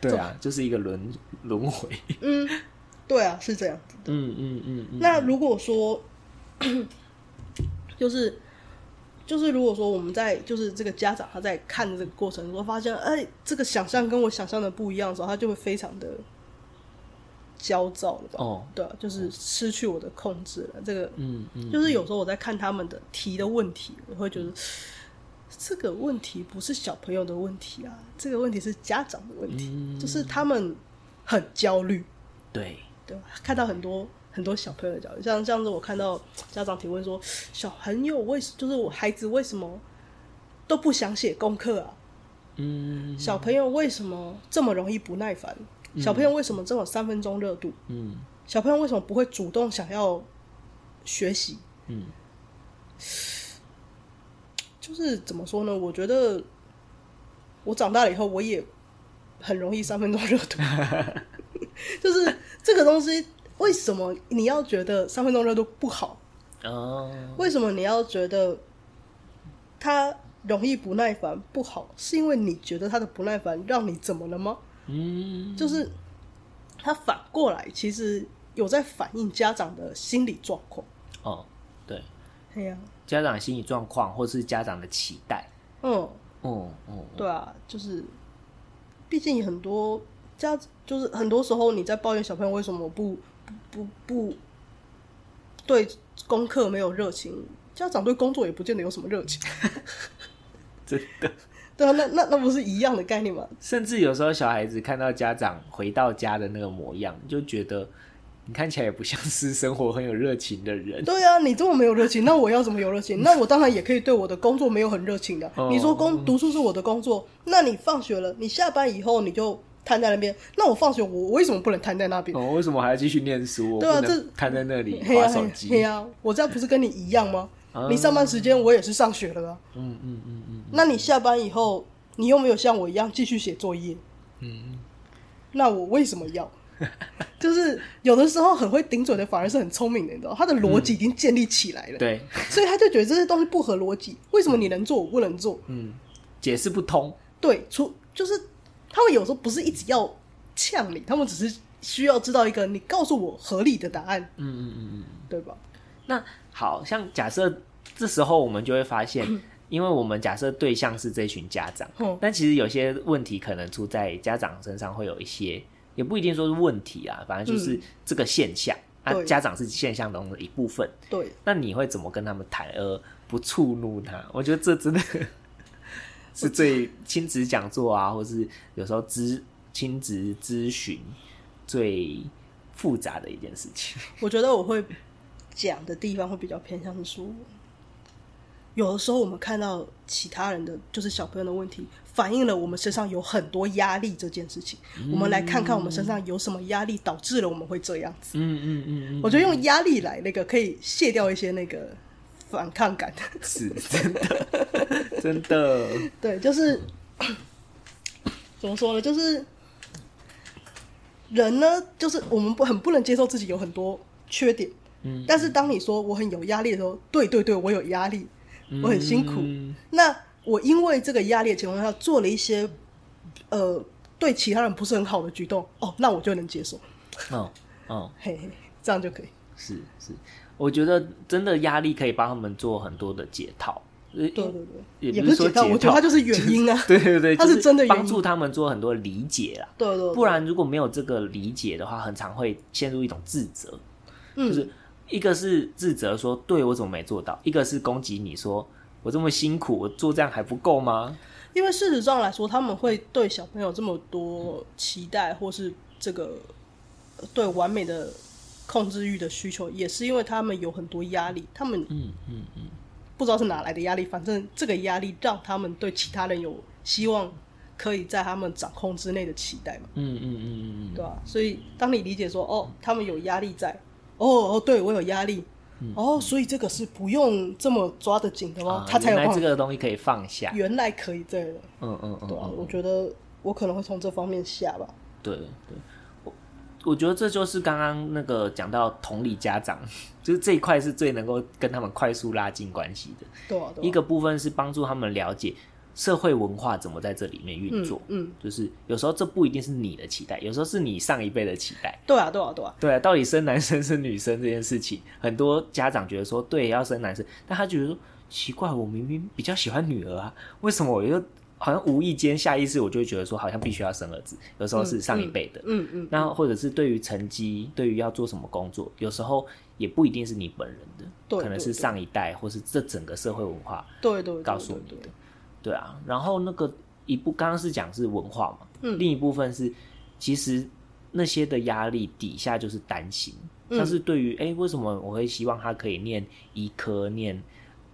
对啊，就是一个轮轮回。嗯，对啊，是这样子。嗯嗯嗯嗯。那如果说，就是就是如果说我们在就是这个家长他在看这个过程中发现，哎、这个想象跟我想象的不一样的时候，他就会非常的焦躁了吧？ 哦，对、啊，就是失去我的控制了。这个嗯嗯，就是有时候我在看他们的提的问题，我会觉得这个问题不是小朋友的问题啊，这个问题是家长的问题，嗯就是他们很焦虑，对，对吧？看到很多很多小朋友的焦虑，像像是我看到家长提问说，小朋友为什就是我孩子为什么都不想写功课啊？嗯小朋友为什么这么容易不耐烦？小朋友为什么这么三分钟热度？嗯小朋友为什么不会主动想要学习？嗯就是怎么说呢？我觉得我长大了以后，我也很容易三分钟热度。就是这个东西，为什么你要觉得三分钟热度不好？哦，为什么你要觉得他容易不耐烦不好？是因为你觉得他的不耐烦让你怎么了吗？嗯，就是他反过来，其实有在反映家长的心理状况。哦，对，哎呀、家长的心理状况或是家长的期待，嗯。哦哦，对啊，就是，毕竟很多家就是很多时候你在抱怨小朋友为什么不不不不对功课没有热情，家长对工作也不见得有什么热情。 真的，对啊，那那那不是一样的概念吗？甚至有时候小孩子看到家长回到家的那个模样，就觉得你看起来也不像是生活很有热情的人，对啊，你这么没有热情，那我要怎么有热 情？那我当然也可以对我的工作没有很热情的。啊哦你说工读书是我的工作，那你放学了，你下班以后你就瘫在那边，那我放学我为什么不能瘫在那边？哦，为什么还要继续念书？我对啊不这能瘫在那里嘿呀划手嘿机。呀、我这样不是跟你一样吗？啊你上班时间我也是上学了啊，嗯嗯嗯嗯那你下班以后，你又没有像我一样继续写作业，嗯，那我为什么 要？就是有的时候很会顶嘴的，反而是很聪明的，你知道，他的逻辑已经建立起来了，，对，所以他就觉得这些东西不合逻辑，为什么你能做我不能做？嗯，解释不通。对，除就是他们有时候不是一直要呛你，他们只是需要知道一个你告诉我合理的答案，嗯嗯嗯嗯。对吧？那好像假设这时候我们就会发现，因为我们假设对象是这群家长，嗯但其实有些问题可能出在家长身上，会有一些也不一定说是问题啊，反正就是这个现象、啊，对家长是现象中的一部分。对，那你会怎么跟他们谈而不触怒他？我觉得这真的 是最亲子讲座啊，或是有时候咨亲子咨询最复杂的一件事情。我觉得我会讲的地方会比较偏向是说，有的时候我们看到其他人的，就是小朋友的问题，反映了我们身上有很多压力这件事情。我们来看看我们身上有什么压力导致了我们会这样子。嗯嗯嗯嗯，我觉得用压力来那个可以卸掉一些那个反抗感。是 真的，真的，对，就是 怎么说呢？就是人呢，就是我们不很不能接受自己有很多缺点。嗯但是当你说我很有压力的时候，对对对，我有压力， 我很辛苦。嗯那我因为这个压力的情况下，做了一些呃对其他人不是很好的举动，哦，那我就能接受，哦哦，嘿嘿，这样就可以。是是，我觉得真的压力可以帮他们做很多的解套。对对对对，也也不不是是说解套，解我觉得套它就是原因啊。对对 对，它 就是真的原帮因助他们做很多理解啦。对对对，不然如果没有这个理解的话，很常会陷入一种自责，嗯就是一个是自责说对我怎么没做到，一个是攻击你说我这么辛苦，我做这样还不够吗？因为事实上来说，他们会对小朋友这么多期待，或是这个呃对完美的控制欲的需求，也是因为他们有很多压力，他们嗯嗯嗯，不知道是哪来的压力，反正这个压力让他们对其他人有希望可以在他们掌控之内的期待嘛，嗯嗯嗯嗯对嗯，吧、所以当你理解说，哦，他们有压力在，哦哦，对我有压力。哦，所以这个是不用这么抓得紧的吗？嗯啊他才有原来办这法。个东西可以放下。原来可以这样，嗯嗯嗯对啊，嗯，我觉得我可能会从这方面下吧。对对，我我觉得这就是刚刚那个讲到同理家长， 就是这一块是最能够跟他们快速拉近关系的。对啊，对啊一个部分是帮助他们了解社会文化怎么在这里面运作，嗯，嗯就是有时候这不一定是你的期待，有时候是你上一辈的期待。对啊，对啊，对啊，对啊，到底生男生生女生这件事情，很多家长觉得说对要生男生，但他觉得说奇怪，我明明比较喜欢女儿啊，为什么我又好像无意间下意识我就会觉得说好像必须要生儿子，有时候是上一辈的，嗯嗯，那或者是对于成绩，对于要做什么工作，有时候也不一定是你本人的，对可能对对是上一代或是这整个社会文化对对，对告诉对你对的，对啊。然后那个一部刚刚是讲是文化嘛，嗯另一部分是其实那些的压力底下就是担心，嗯像是对于哎、诶为什么我会希望他可以念医科、念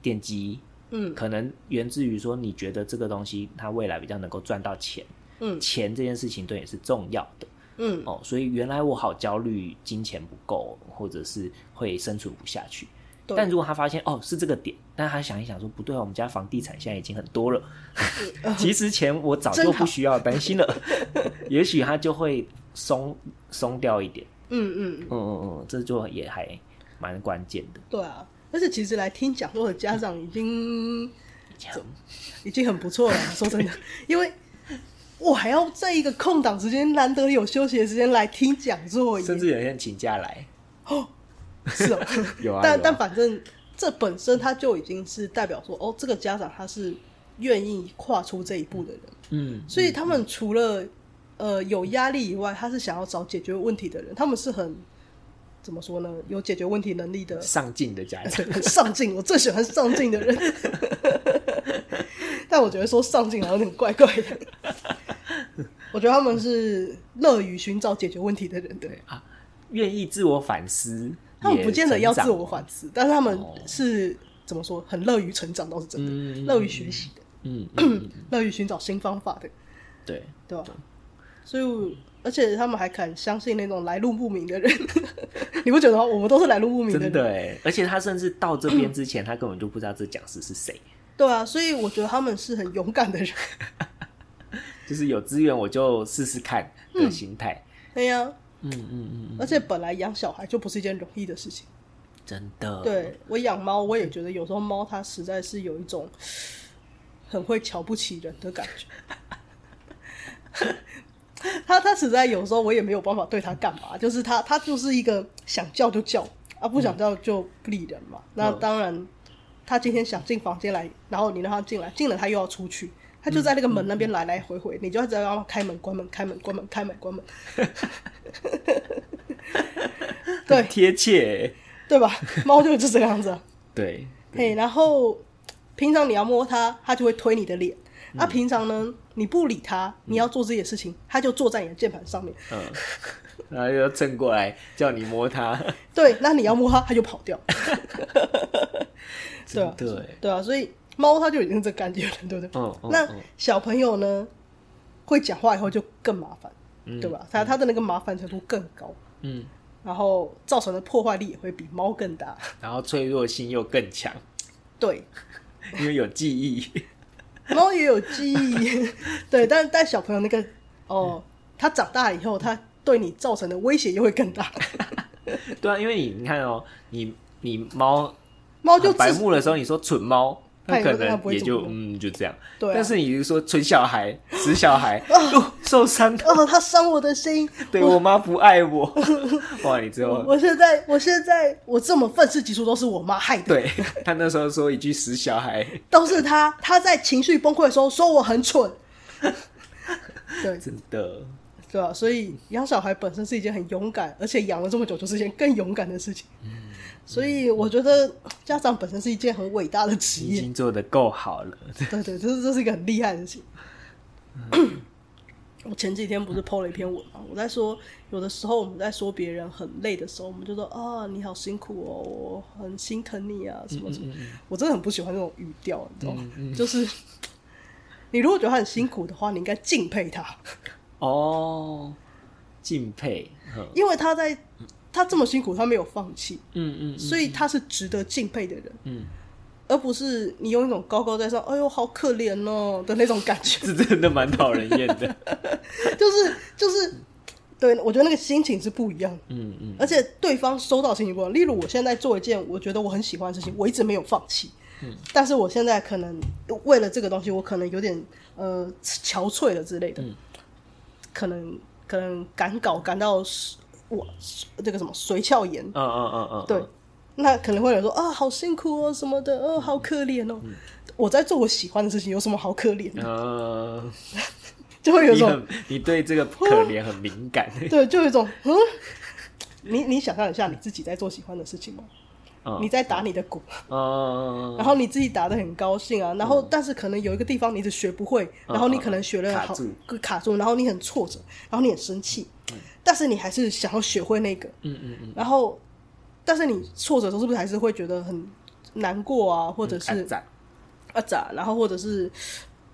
电机，嗯可能源自于说你觉得这个东西他未来比较能够赚到钱，嗯钱这件事情对你是重要的。嗯，哦，所以原来我好焦虑，金钱不够，或者是会生存不下去。对但如果他发现哦是这个点，但他想一想说不对啊，我们家房地产现在已经很多了， 其实钱我早就真好不需要担心了， 也许他就会松松掉一点。嗯嗯，嗯嗯嗯，这就也还蛮关键的。对啊。但是其实来听讲座的家长已经这样已经很不错了，啊说真的， 因为我还要在一个空档时间，难得有休息的时间来听讲座耶，甚至有些人请假来，是哦， 有啊 有但啊但反正这本身它就已经是代表说，哦，这个家长他是愿意跨出这一步的人，嗯，，所以他们除了呃有压力以外，他是想要找解决问题的人，他们是很怎么说呢？有解决问题能力的 上进的 家长，很上进。我最喜欢上进的人， 但我觉得说上进好像有点怪怪的。我觉得他们是乐于寻找解决问题的人，对，啊愿意自我反思，他们也不见得要成长自我反思，但是他们哦是怎么说？很乐于成长，倒是真嗯的，乐于学习的，嗯，嗯嗯乐于寻找新方法的。对。啊对吧？所以我，而且他们还敢相信那种来路不明的人， 你不觉得吗？我们都是来路不明的人，真的哎，而且他甚至到这边之前，他根本就不知道这讲师是谁，对啊。所以我觉得他们是很勇敢的人， 就是有资源我就试试看的心态。对呀、嗯嗯嗯，而且本来养小孩就不是一件容易的事情。真的。，对我养猫，我也觉得有时候猫它实在是有一种很会瞧不起人的感觉。 他他实在有时候我也没有办法对他干嘛，就是他他就是一个想叫就叫啊，不想叫就不理人嘛。那当然，他今天想进房间来，然后你让他进来，进了他又要出去，他就在那个门那边来来回回，你就要让他开门、关门、开门、关门、开门、关门， 对很贴切，对吧？猫就是这个样子、啊。对，嘿，然后平常你要摸它，它就会推你的脸。嗯那、平常呢，你不理它，你要做自己的事情，它就坐在你的键盘上面。 嗯，然后又正过来叫你摸 它，对，那你要摸它，它就跑掉。对啊 真的欸耶对啊，所以猫它就已经是这感觉了，对不对？嗯嗯那嗯小朋友呢，会讲话以后就更麻烦，嗯对吧？它它的那个麻烦程度更高，嗯，然后造成的破坏力也会比猫更大。然后脆弱性又更强，对，因为有记忆， 猫也有记忆， 对，但但小朋友那个哦，他长大以后，他对你造成的威胁又会更大。对啊，因为你你看哦，你你猫猫就白自目的时候，你说蠢猫，它哦它也可会它能不会也怎就么嗯就这样。对啊但是你是说蠢小孩、死小孩， 哦、受伤的，哦，他伤我的心。对我妈不爱我， 哇！你知道吗？我现在，我现在，我这么愤世嫉俗都是我妈害的，对他那时候说一句死小孩，都是她。她在情绪崩溃的时候说我很 蠢，对真的，对啊，所以养小孩本身是一件很勇敢，而且养了这么久就是一件更勇敢的事情。嗯所以我觉得家长本身是一件很伟大的职你业已。经做的够好了。 对对，这是这是一个很厉害的事情。嗯我前几天不是 PO 了一篇文嘛，我在说，有的时候我们在说别人很累的时候，我们就说啊，你好辛苦哦，我很心疼你啊，嗯什么什么。我真的很不喜欢这种语调，你知道吗？就是你如果觉得他很辛苦的话，你应该敬佩他，哦，敬佩，嗯因为他在他这么辛苦，他没有放弃，嗯嗯嗯所以他是值得敬佩的人，嗯，而不是你用一种高高在上，哎呦好可怜哦的那种感觉。是真的蛮讨人厌的。 就是就是，对我觉得那个心情是不一样的， 嗯嗯，而且对方收到的心情不一样。例如，我现在做一件我觉得我很喜欢的事情，我一直没有放弃，嗯但是我现在可能为了这个东西，我可能有点呃憔悴了之类的，嗯可能可能赶稿赶到我这个什么髓鞘炎，嗯嗯嗯嗯，对，那可能会有人说啊好辛苦哦什么的，哦嗯好可怜哦。我在做我喜欢的事情，有什么好可怜的？嗯，就会有一你种很你对这个可怜很敏 感。对，就有一种嗯，你你想象一下你自己在做喜欢的事情吗？嗯你在打你的鼓，嗯嗯嗯然后你自己打的很高兴啊，然后但是可能有一个地方你一直学不会，然后你可能学了嗯卡好住卡住，然后你很挫折，然后你很生气，但是你还是想要学会那个，嗯嗯嗯，然后但是你挫折的时候是不是还是会觉得很难过啊，或者是按赞啊咋，然后或者是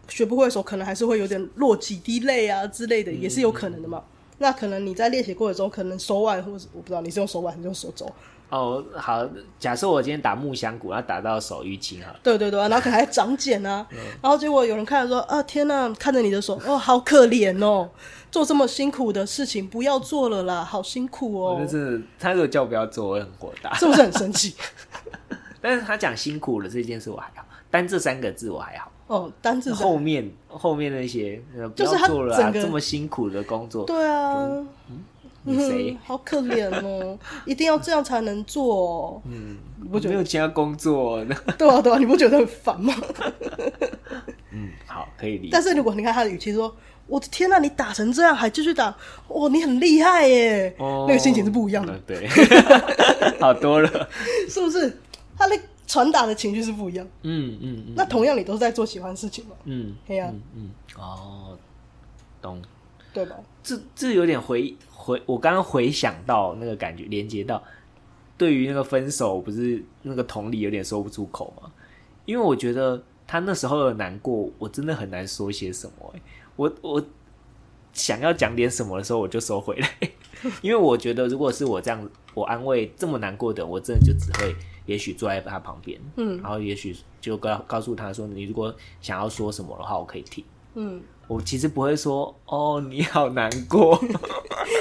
学不会的时候，可能还是会有点落几滴泪啊之类的，也是有可能的嗯嘛。那可能你在练习过程中，可能手腕或者我不知道你是用手腕还是用手肘，哦，好，假设我今天打木香鼓，然后打到手淤青好了，对对对啊、 然后可能还长茧啊，嗯然后结果有人看了说啊天呐，看着你的手，哦好可怜哦，做这么辛苦的事情不要做了啦，好辛苦我哦就，是他如果叫我不要做，我会很火大。是不是很生气？ 但是他讲辛苦了这件事我还好，但这三个字我还好。哦，单字后面后面那些呃不就是要他做了啊，整个这么辛苦的工作，对啊，你谁嗯？好可怜哦，一定要这样才能做哦，嗯，我不觉没得有其他工作。 对啊对啊，你不觉得很烦吗？ 嗯，好，可以理解但。是如果你看他的语气说：“我的天呐、你打成这样还继续打，哦，你很厉害耶！”那个心情是不一样的哦嗯，对， 好多了。是不是？他的传达的情绪是不一样。嗯嗯嗯那同样，你都是在做喜欢的事情嘛，嗯，对啊呀嗯嗯，哦，懂。对吧？这这有点回回，我刚刚回想到那个感觉，连接到对于那个分手，不是那个同理有点说不出口嘛？因为我觉得他那时候的难过，我真的很难说些什么、欸。我我想要讲点什么的时候，我就收回来， 因为我觉得如果是我这样，我安慰这么难过的人，我真的就只会也许坐在他旁边，嗯然后也许就告告诉他说，你如果想要说什么的话，我可以听。嗯，我其实不会说哦，你好难过，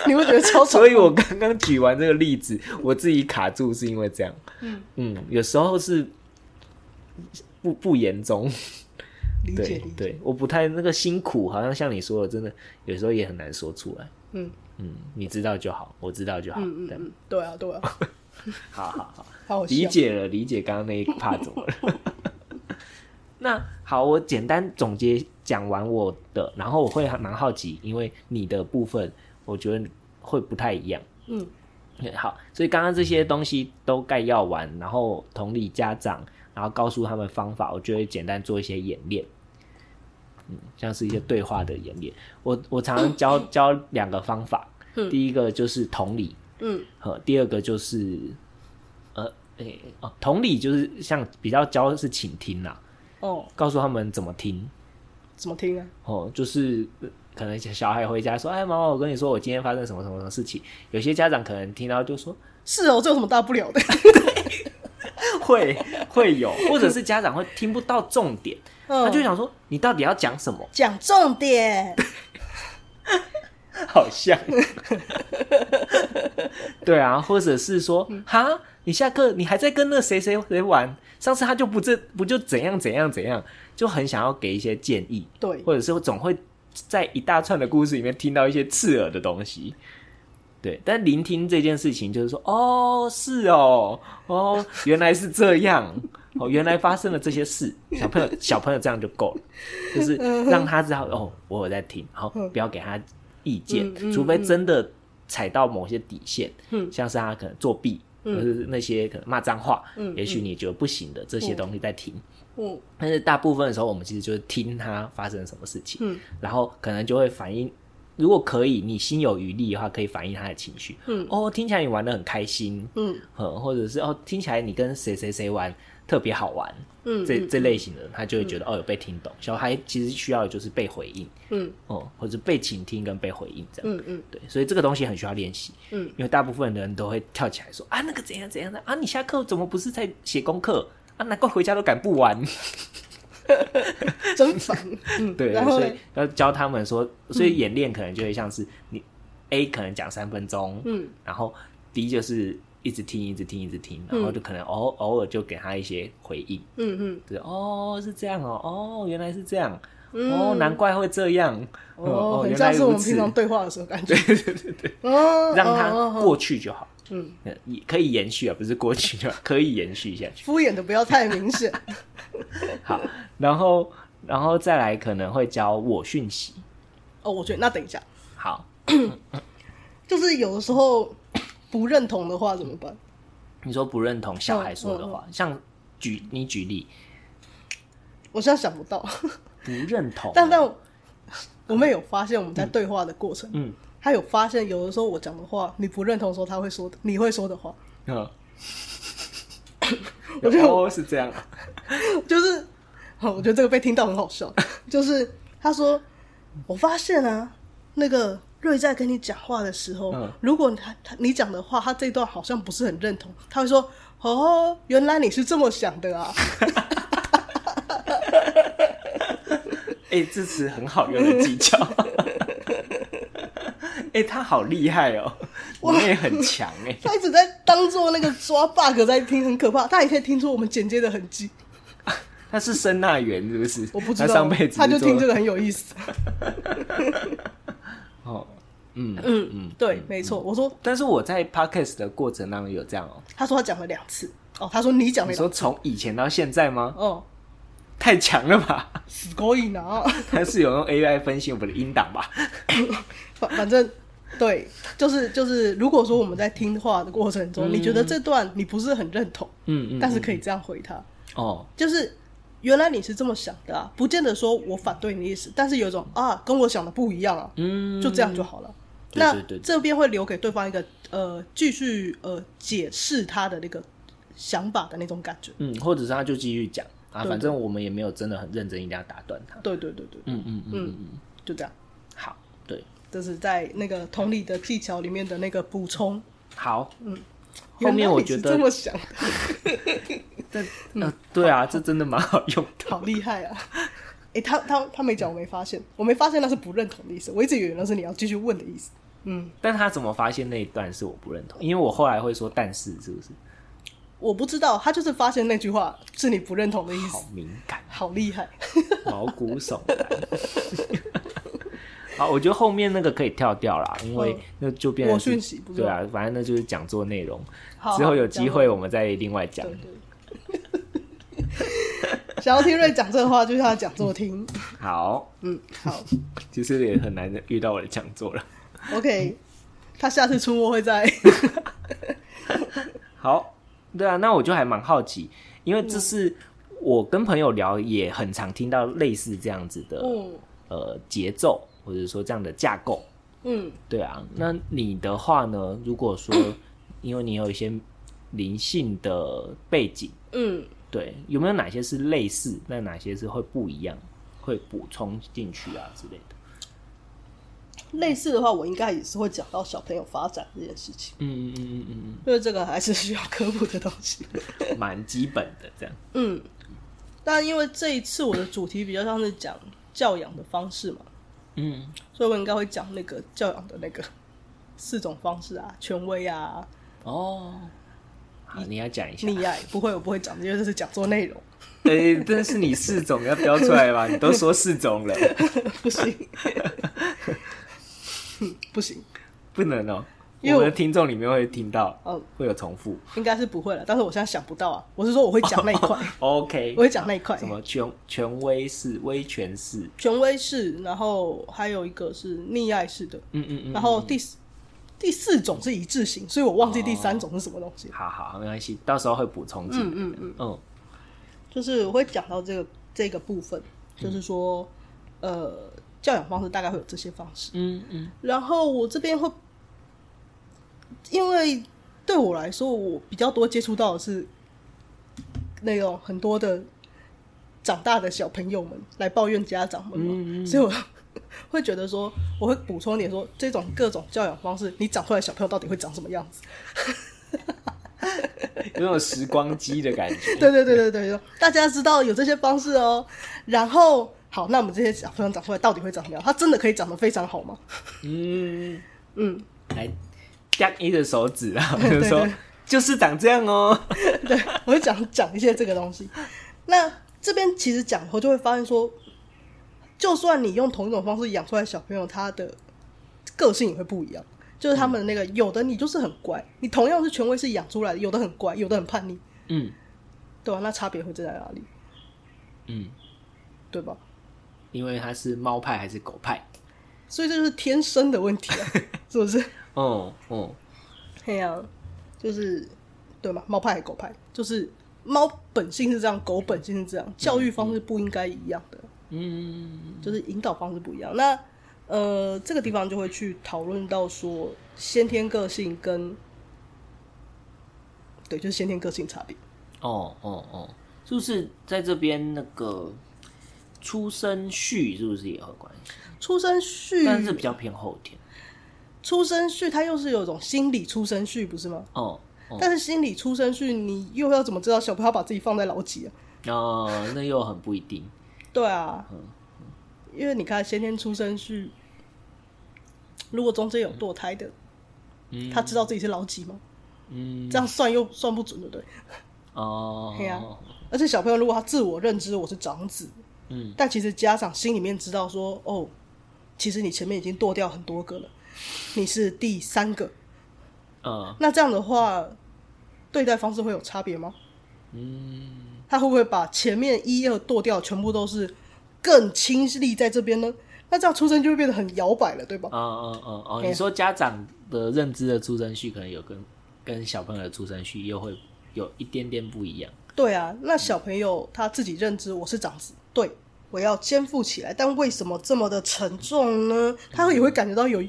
你会觉得 超爽。所以我刚刚举完这个例子，我自己卡住是因为这样。嗯嗯，有时候是不不言中，理解对理解，对，我不太那个辛苦，好像像你说的，真的有时候也很难说出来。嗯嗯，你知道就好，我知道就好。嗯嗯对，嗯，对啊对啊，好好好，好好笑理解了，理解刚刚那一 part 怎 么了。那好，我简单总结讲完我的，然后我会还蛮好奇，因为你的部分我觉得会不太一样。嗯嗯好，所以刚刚这些东西都概要完，然后同理家长，然后告诉他们方法，我就会简单做一些演练，嗯，像是一些对话的演练。我我常 常教教两个方法，嗯第一个就是同理，嗯和第二个就是呃诶、哦，同理就是像比较教的是倾听啦，哦，告诉他们怎么听，怎么听啊？哦，就是呃可能小孩回家说，哎，妈妈，我跟你说，我今天发生什么什么什么事情，有些家长可能听到就说。是哦，这有什么大不了的？会会有，或者是家长会听不到重点， 他嗯，就想说你到底要讲什么，讲重点，好像，对啊，或者是说哈，你下课你还在跟那谁谁谁玩，上次他就不这不就怎样怎样怎样，就很想要给一些建议，对，或者是总会在一大串的故事里面听到一些刺耳的东西。对，但聆听这件事情，就是说，哦，是哦，哦，原来是这样，哦，原来发生了这些事。小朋友，小朋友这样就够了，就是嗯让他知道，哦，我有在听，好，不要给他意见，嗯嗯除非真的踩到某些底线，嗯像是他可能作弊，或者是那些可能骂脏话，嗯嗯也许你觉得不行的这些东西在听。嗯但是大部分的时候，我们其实就是听他发生什么事情，嗯然后可能就会反映，如果可以，你心有余力的话，可以反映他的情绪。嗯哦，听起来你玩的很开心，嗯嗯，或者是哦，听起来你跟谁谁谁玩特别好玩，嗯，这嗯这类型的人，他就会觉得、哦有被听懂。小孩其实需要的就是被回应，嗯哦、或者被倾听跟被回应这样。嗯嗯对，所以这个东西很需要练习，嗯，因为大部分人都会跳起来说啊，那个怎样怎样的啊，你下课怎么不是在写功课啊？难怪回家都赶不完。嗯，真烦。 嗯，对，然后所呢嗯以要教他们说，所以演练可能就会像是你 A 可能讲三分钟，嗯，然后 B 就是一直听，一直听，一直听，然后就可能偶偶尔就给他一些回应，嗯嗯就是哦是这样哦，哦原来是这样，嗯哦难怪会这样，哦，很原像来是我如们此平，常对话的时候感 觉。对对对对。 哦，让哦他哦哦过去就好，嗯，呃也可以延续啊，不是过去就好，可以延续下去。敷衍的不要太明显。 好，然后然后再来可能会教我讯息，哦，我觉得那等一下，好，就是有的时候不认同的话怎么办？你说不认同小孩说的话，嗯像举你举例我现在想不到， 不认同，但但我们有发现我们在对话的过程，嗯他有发现有的时候我讲的话你不认同的时候，他会说的，你会说的话，嗯， 我觉得哦是这样啊，就是，好我觉得这个被听到很好 笑，就是他说，我发现啊，那个瑞在跟你讲话的时候，嗯如果他他你讲的话，他这段好像不是很认同，他会说，哦，原来你是这么想的 啊，哎、这词很好用的 技巧，哎、他好厉害哦，我也很强哎、他一直在当做那个抓 bug 在听，很可怕。他也可以听出我们剪接的痕迹，他是声呐员是不是？我不知他道，上辈子他就听这个个很有意思。 哦，嗯，嗯嗯，对，没错。我说，但是我在 podcast 的过程当中有这样哦，他说他讲了两次，哦，他说你讲了你两说次，从以前到现在吗？哦，太强了吧！ 死狗瘾啊！他是有用 AI 分析我们的音档吧？反反正对，就是就是，如果说我们在听话的过程中，你觉得这段你不是很认同，嗯嗯嗯，但是可以这样回他，哦，就是原来你是这么想的啊，不见得说我反对你的意思，但是有一种啊跟我想的不一样啊，嗯，就这样就好了。对那对对对这边会留给对方一个呃继续呃解释他的那个想法的那种感觉。嗯，或者是他就继续讲啊，对反正我们也没有真的很认真一定要打断他。对对对对，嗯嗯嗯嗯，嗯就这样。好，对，这是在那个同理的技巧里面的那个补充。好，嗯。后面我觉原来你是这得么想的，这呃，对啊，这真的蛮好用的。 好厉害啊！ 哎、他他他没讲，我没发现，我没发现那是不认同的意思，我一直以为那是你要继续问的意思。嗯，但他怎么发现那一段是我不认同？因为我后来会说但是，是不是？我不知道，他就是发现那句话是你不认同的意好思，敏 感，好厉害。毛骨悚然。 好，我觉得后面那个可以跳掉啦，因为嗯那就变成我是讯息不是对啊，反正那就是讲座内容。好之后有讲机会我们再另外讲对。对。想要听瑞讲这话，就像他讲座听。好，嗯，好其实也很难遇到我的讲座了。 ，OK。他下次出没会在好，对啊，那我就还蛮好奇，因为这是我跟朋友聊也很常听到类似这样子的、嗯呃节奏，或者说这样的架构。嗯对啊，那你的话呢？如果 说因为你有一些灵性的背景，嗯，对，有没有哪些是类似，那哪些是会不一样，会补充进去啊之类的？类似的话，我应该也是会讲到小朋友发展这件事情，嗯嗯嗯嗯因为这个还是需要科普的东西。嗯， 蛮基本的这样。嗯，但因为这一次我的主题比较像是讲教养的方式嘛，嗯，所以我应该会讲那个教养的那个 四种方式啊，权威啊、哦，好，你要讲一下。溺爱。不会，我不会讲，因为这是讲座内容， 对，哎但是你四种要标出来吧？你都说四 种了，不行， 嗯不行，不能哦、因为我我们的听众里面会听到，哦，会有重复。应该是不会了。但是我现在想不到啊，我是说我会讲那一块， OK， 我会讲那一块什。么权权威式、威权式，权威式，然后还有一个是溺爱式的，嗯嗯嗯。然后第四第四种是一致型，所以我忘记第三种是什么东西。好好，没关系，到时候会补充进来嗯。嗯嗯，嗯就是我会讲到这个这个部分，嗯就是说，呃，教养方式大概会有这些方式。嗯嗯然后我这边会，因为对我来说，我比较多接触到的是那种很多的长大的小朋友们来抱怨家长们嘛，嗯所以我会 觉得说，我会补充一点说，这种各种教养方式，你长出来的小朋友到底会长什么样子？有种时光机的感 觉。对对对对对，大家知道有这些方式哦。然后，好，那我们这些小朋友长出来到底会长什么样？他真的可以长得非常好吗？嗯，嗯，来，夹一个手指啊，就说 对就是长这样哦。对，我会讲讲一些这个东西。那这边其实讲以后就会发现说，就算你用同一种方式养出来的小朋友，他的个性也会不一样。就是他们的那个，有的你就是很乖，你同样是权威是养出来的，有的很乖，有的很叛逆，嗯对吧、那差别会在哪里？嗯，对吧？因为它是猫派还是狗派？所以这就是天生的问题 啊，是不是？哦哦，嘿呀、就是对嘛，猫派还是狗派，就是猫本性是这样，狗本性是这样，教育方式不应该一样的。嗯就是引导方式不一样。那呃，这个地方就会去讨论到说先天个性跟对，就是先天个性差别。哦哦哦，就是在这边那个出生序是不是也有关系？出生序，但是比较偏后天。出生序它又是有一种心理出生序，不是吗？哦哦，但是心理出生序，你又要怎么知道小朋友把自己放在牢记啊？哦，那又很不一定。对啊，嗯因为你看先天出生序，如果中间有堕胎的，嗯他知道自己是牢记吗？嗯这样算又算不准，对不对？哦，对啊而且小朋友如果他自我认知我是长子，嗯，但其实家长心里面知道说，哦，其实你前面已经剁掉很多个了，你是第三个，嗯那这样的话，对待方式会有差别吗？嗯他会不会把前面一二剁掉全部都是更亲力在这边呢？那这样出生就会变得很摇摆了，对吧哦？哦哦哦，对啊你说家长的认知的出生序可能有跟跟小朋友的出生序又会有一点点不一样。对啊，那小朋友他自己认知我是长子，对我要肩负起来，但为什么这么的沉重呢？他也会感觉到有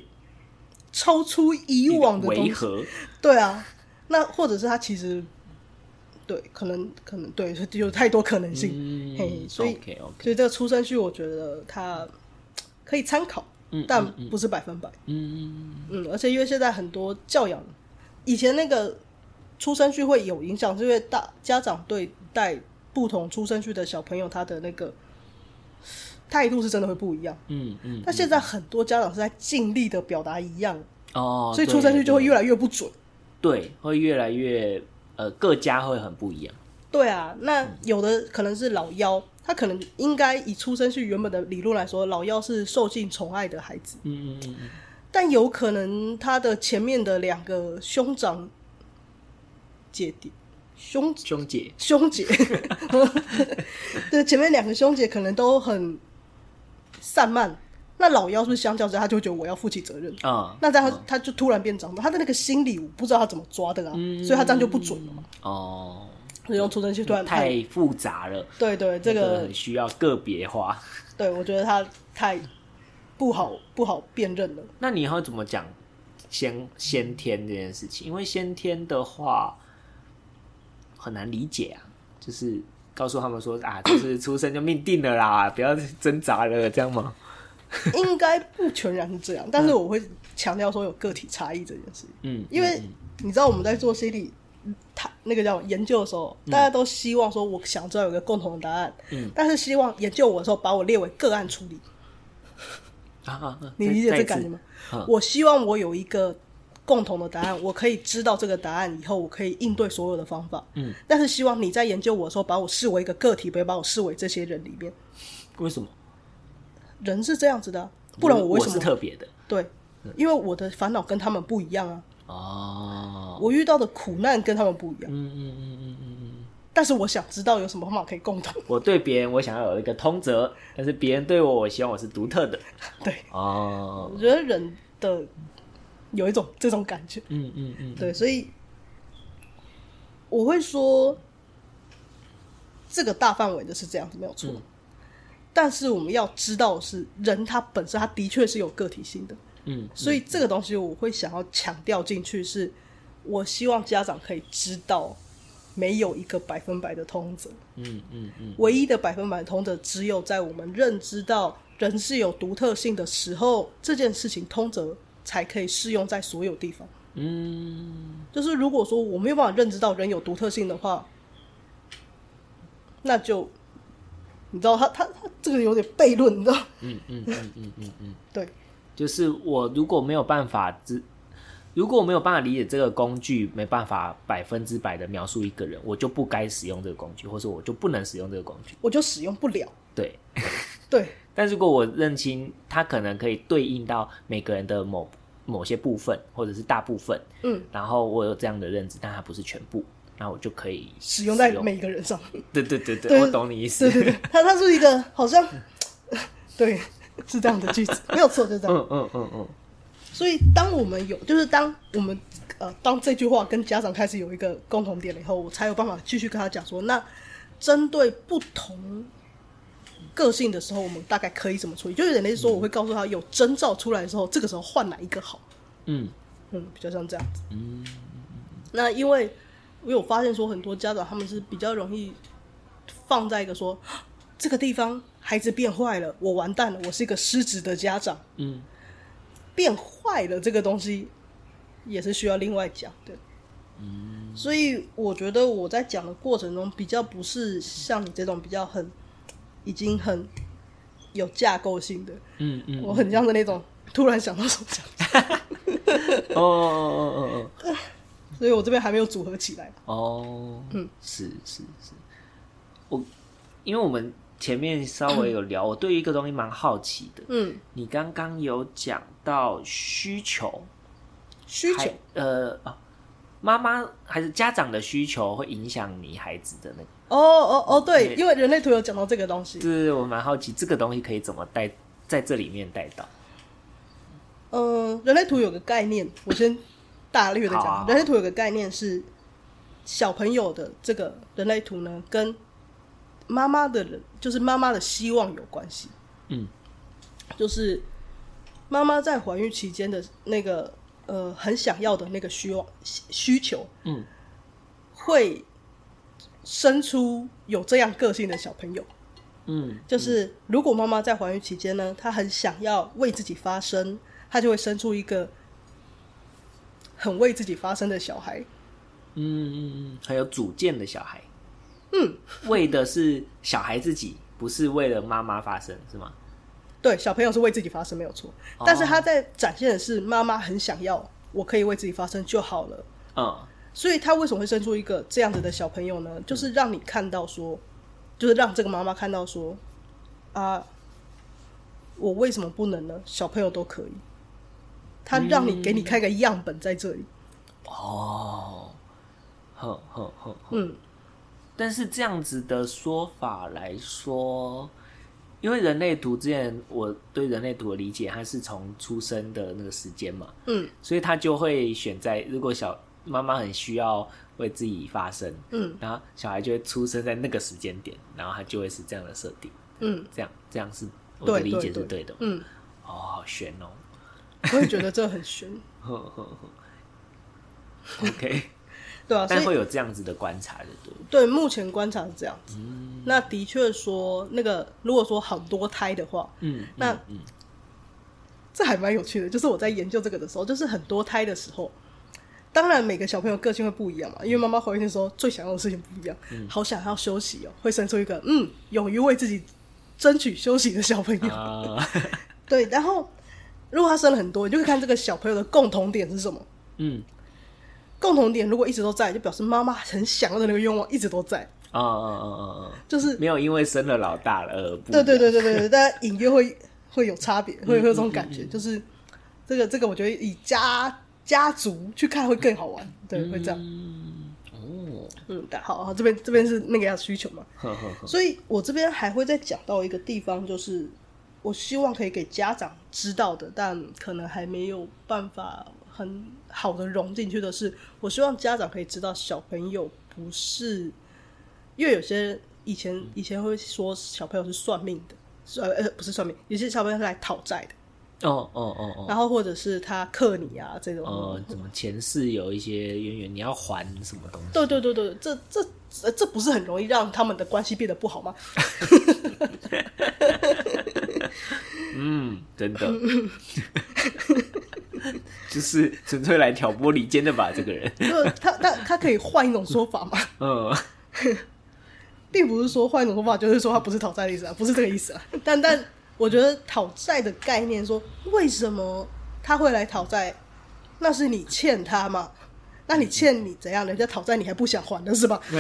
超出以往的东违西。 和，对啊，那或者是他其实对，可能可能对，有太多可能性，嘿嗯所以，OK OK，所以这个出生序我觉得它可以参考，嗯但嗯嗯不是百分百。嗯嗯，而且因为现在很多教养，以前那个出生序会有影响，是因为大家长对待不同出生序的小朋友，他的那个态度是真的会不一样。嗯嗯，但现在很多家长是在尽力的表达一样，哦，所以出生序就会对越来越不准。对，会越来越呃各家会很不一样。对啊，那嗯有的可能是老幺，他可能应该以出生去原本的理论来说，老幺是受尽宠爱的孩子，嗯嗯嗯嗯，但有可能他的前面的两个兄长、姐弟、兄兄姐，兄姐， 对，前面两个兄姐可能都很散漫，那老幺是不是相较之下，他就会觉得我要负起责任？嗯，那这样他他就突然变长大，他的那个心理我不知道他怎么抓的啊，嗯所以他这样就不准了嘛。哦，所以用出生器突然判嗯太复杂了，对对，这那个很需要个别化。 对我觉得他太不好不好辨认了。那你以后怎么讲先先天这件事情？因为先天的话很难理解啊，就是告诉他们说 啊，就是出生就命定了啦，不要挣扎了，这样吗？应该不全然是这样，但是我会强调说有个体差异这件事情，嗯，因为你知道我们在做心理他那个叫研究的时候，大家都希望说我想知道有个共同的答案，嗯但是希望研究我的时候把我列为个案处理，啊啊啊你再理解再这一次感觉吗？嗯我希望我有一个共同的答案，我可以知道这个答案以后，我可以应对所有的方法。嗯，但是希望你在研究我的时候，把我视为一个个体，不要把我视为这些人里面。为什么？人是这样子的啊、不然我为什是么特别的？对？因为我的烦恼跟他们不一样啊，哦，我遇到的苦难跟他们不一样，嗯嗯嗯嗯嗯嗯，但是我想知道有什么方法可以共同。 我对别人我想要有一个通则，但是别人对我，我希望我是独特的。对，哦，我觉得人的有一种这种感觉，嗯嗯嗯，对，所以我会说，这个大范围的是这样子没有错。嗯但是我们要知道的是，人他本身他的确是有个体性的，嗯，所以这个东西我会想要强调进去是，我希望家长可以知道，没有一个百分百的通则，嗯嗯嗯唯一的百分百的通则只有在我们认知到人是有独特性的时候，这件事情通则才可以适用在所有地方。嗯，就是如果说我没有办法认知到人有独特性的话，那就你知道他他他这个有点悖论，你知道？嗯嗯嗯嗯嗯嗯，对，就是我如果没有办法知，如果我没有办法理解这个工具，没办法百分之百的描述一个人，我就不该使用这个工具，或者我就不能使用这个工具。我就使用不了。对，对但如果我认清它可能可以对应到每个人的某某些部分，或者是大部分，嗯，然后我有这样的认知，但它不是全部，那我就可以使用在每一个人上。对对对对，对我懂你意思对。对对，他他是一个好像 对是这样的句子，没有错，就是这样。嗯嗯嗯嗯，所以当我们有，就是当我们呃，当这句话跟家长开始有一个共同点了以后，我才有办法继续跟他讲说，那针对不同个性的时候，我们大概可以怎么处理？就有点类似说，我会告诉他有征兆出来的时候，这个时候换哪一个好，嗯嗯，比较像这样子。嗯那因为我有发现说，很多家长他们是比较容易放在一个说这个地方孩子变坏了，我完蛋了，我是一个失职的家长，嗯，变坏了这个东西也是需要另外讲的。嗯，所以我觉得我在讲的过程中，比较不是像你这种比较很已经很有架构性的，嗯嗯，我很像是那种突然想到什么讲，哦哦哦哦所以我这边还没有组合起来。哦，哦，嗯，是是是，我因为我们前面稍微有聊，我对于一个东西蛮好奇的。嗯，你刚刚有讲到需求，需求还呃，啊妈妈还是家长的需求会影响你孩子的那个。哦哦哦，对，对因为人类图有讲到这个东西。就是我蛮好奇这个东西可以怎么带在这里面带到。嗯，人类图有个概念，我先大略的讲。好啊好啊人类图有个概念是小朋友的这个人类图呢，跟妈妈的人，就是妈妈的希望有关系。嗯就是妈妈在怀孕期间的那个呃，很想要的那个需望需求，嗯会生出有这样个性的小朋友。嗯，就是如果妈妈在怀孕期间呢，她很想要为自己发声，她就会生出一个很为自己发声的小孩。嗯嗯嗯，很有主见的小孩，嗯，为的是小孩自己，不是为了妈妈发声，是吗？对，小朋友是为自己发声没有错，哦但是他在展现的是妈妈很想要，我可以为自己发声就好了。嗯所以他为什么会生出一个这样子的小朋友呢？就是让你看到说，就是让这个妈妈看到说，啊，我为什么不能呢？小朋友都可以。他让你给你看个样本在这里，哦，呵呵呵，嗯，但是这样子的说法来说，因为人类图之前我对人类图的理解，它是从出生的那个时间嘛，嗯，所以它就会选在如果小妈妈很需要为自己发声，嗯，然后小孩就会出生在那个时间点，然后它就会是这样的设定，嗯，这样这样是我的对理对解是对对的嘛，嗯，哦，好悬哦，我也觉得这很 悬，呵呵呵，OK，对啊，所但以会有这样子的观察的多，嗯对目前观察是这样子。那的确说，那个如果说很多胎的话，嗯，那嗯嗯这还蛮有趣的。就是我在研究这个的时候，就是很多胎的时候，当然每个小朋友个性会不一样嘛，因为妈妈怀孕的时候最想要的事情不一样，嗯好想要休息哦，会生出一个嗯，勇于为自己争取休息的小朋友。啊，对，然后如果他生了很多，你就会看这个小朋友的共同点是什么。嗯共同点如果一直都在，就表示妈妈很想要的那个愿望一直都在，啊啊啊啊啊！就是没有因为生了老大了而不一对样对对对对对，大家隐约会会有差别，会会有这种感觉，就是这个这个，我觉得以家家族去看会更好玩，对，会这样。嗯哦，嗯，但好，好，这边这边是那个要需求嘛，呵呵呵，所以我这边还会再讲到一个地方，就是我希望可以给家长知道的，但可能还没有办法很好的融进去的是，我希望家长可以知道小朋友不是，因为有些以前以前会说小朋友是算命的，算呃不是算命，有些小朋友是来讨债的，哦哦哦哦，然后或者是他克你啊这种，呃，怎么前世有一些渊源，你要还什么东西？对对对对，这这这这不是很容易让他们的关系变得不好吗？嗯，真 的，就是纯粹来挑拨离间的吧，这个人，就是他他他可以换一种说法吗？嗯，并不是说换一种说法，就是说他不是讨债的意思啊，不是这个意思啊。但但我觉得讨债的概念说，为什么他会来讨债，那是你欠他嘛？那你欠你怎样？人家讨债你还不想还的是吧？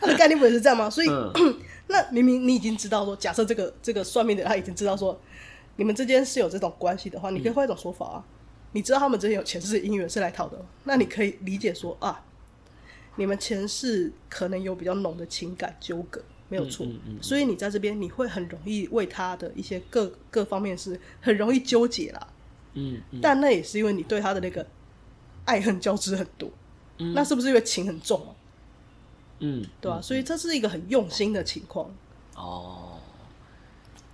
他的概念不也是这样吗？所以、嗯那明明你已经知道说，假设这个这个算命的他已经知道说，你们之间是有这种关系的话，你可以换一种说法啊。你知道他们之间有前世姻缘是来讨的，那你可以理解说啊，你们前世可能有比较浓的情感纠葛，没有错。嗯嗯所以你在这边你会很容易为他的一些各各方面是很容易纠结啦。嗯嗯但那也是因为你对他的那个爱恨交织很多，嗯那是不是因为情很重啊？嗯，对吧、所以这是一个很用心的情况。哦，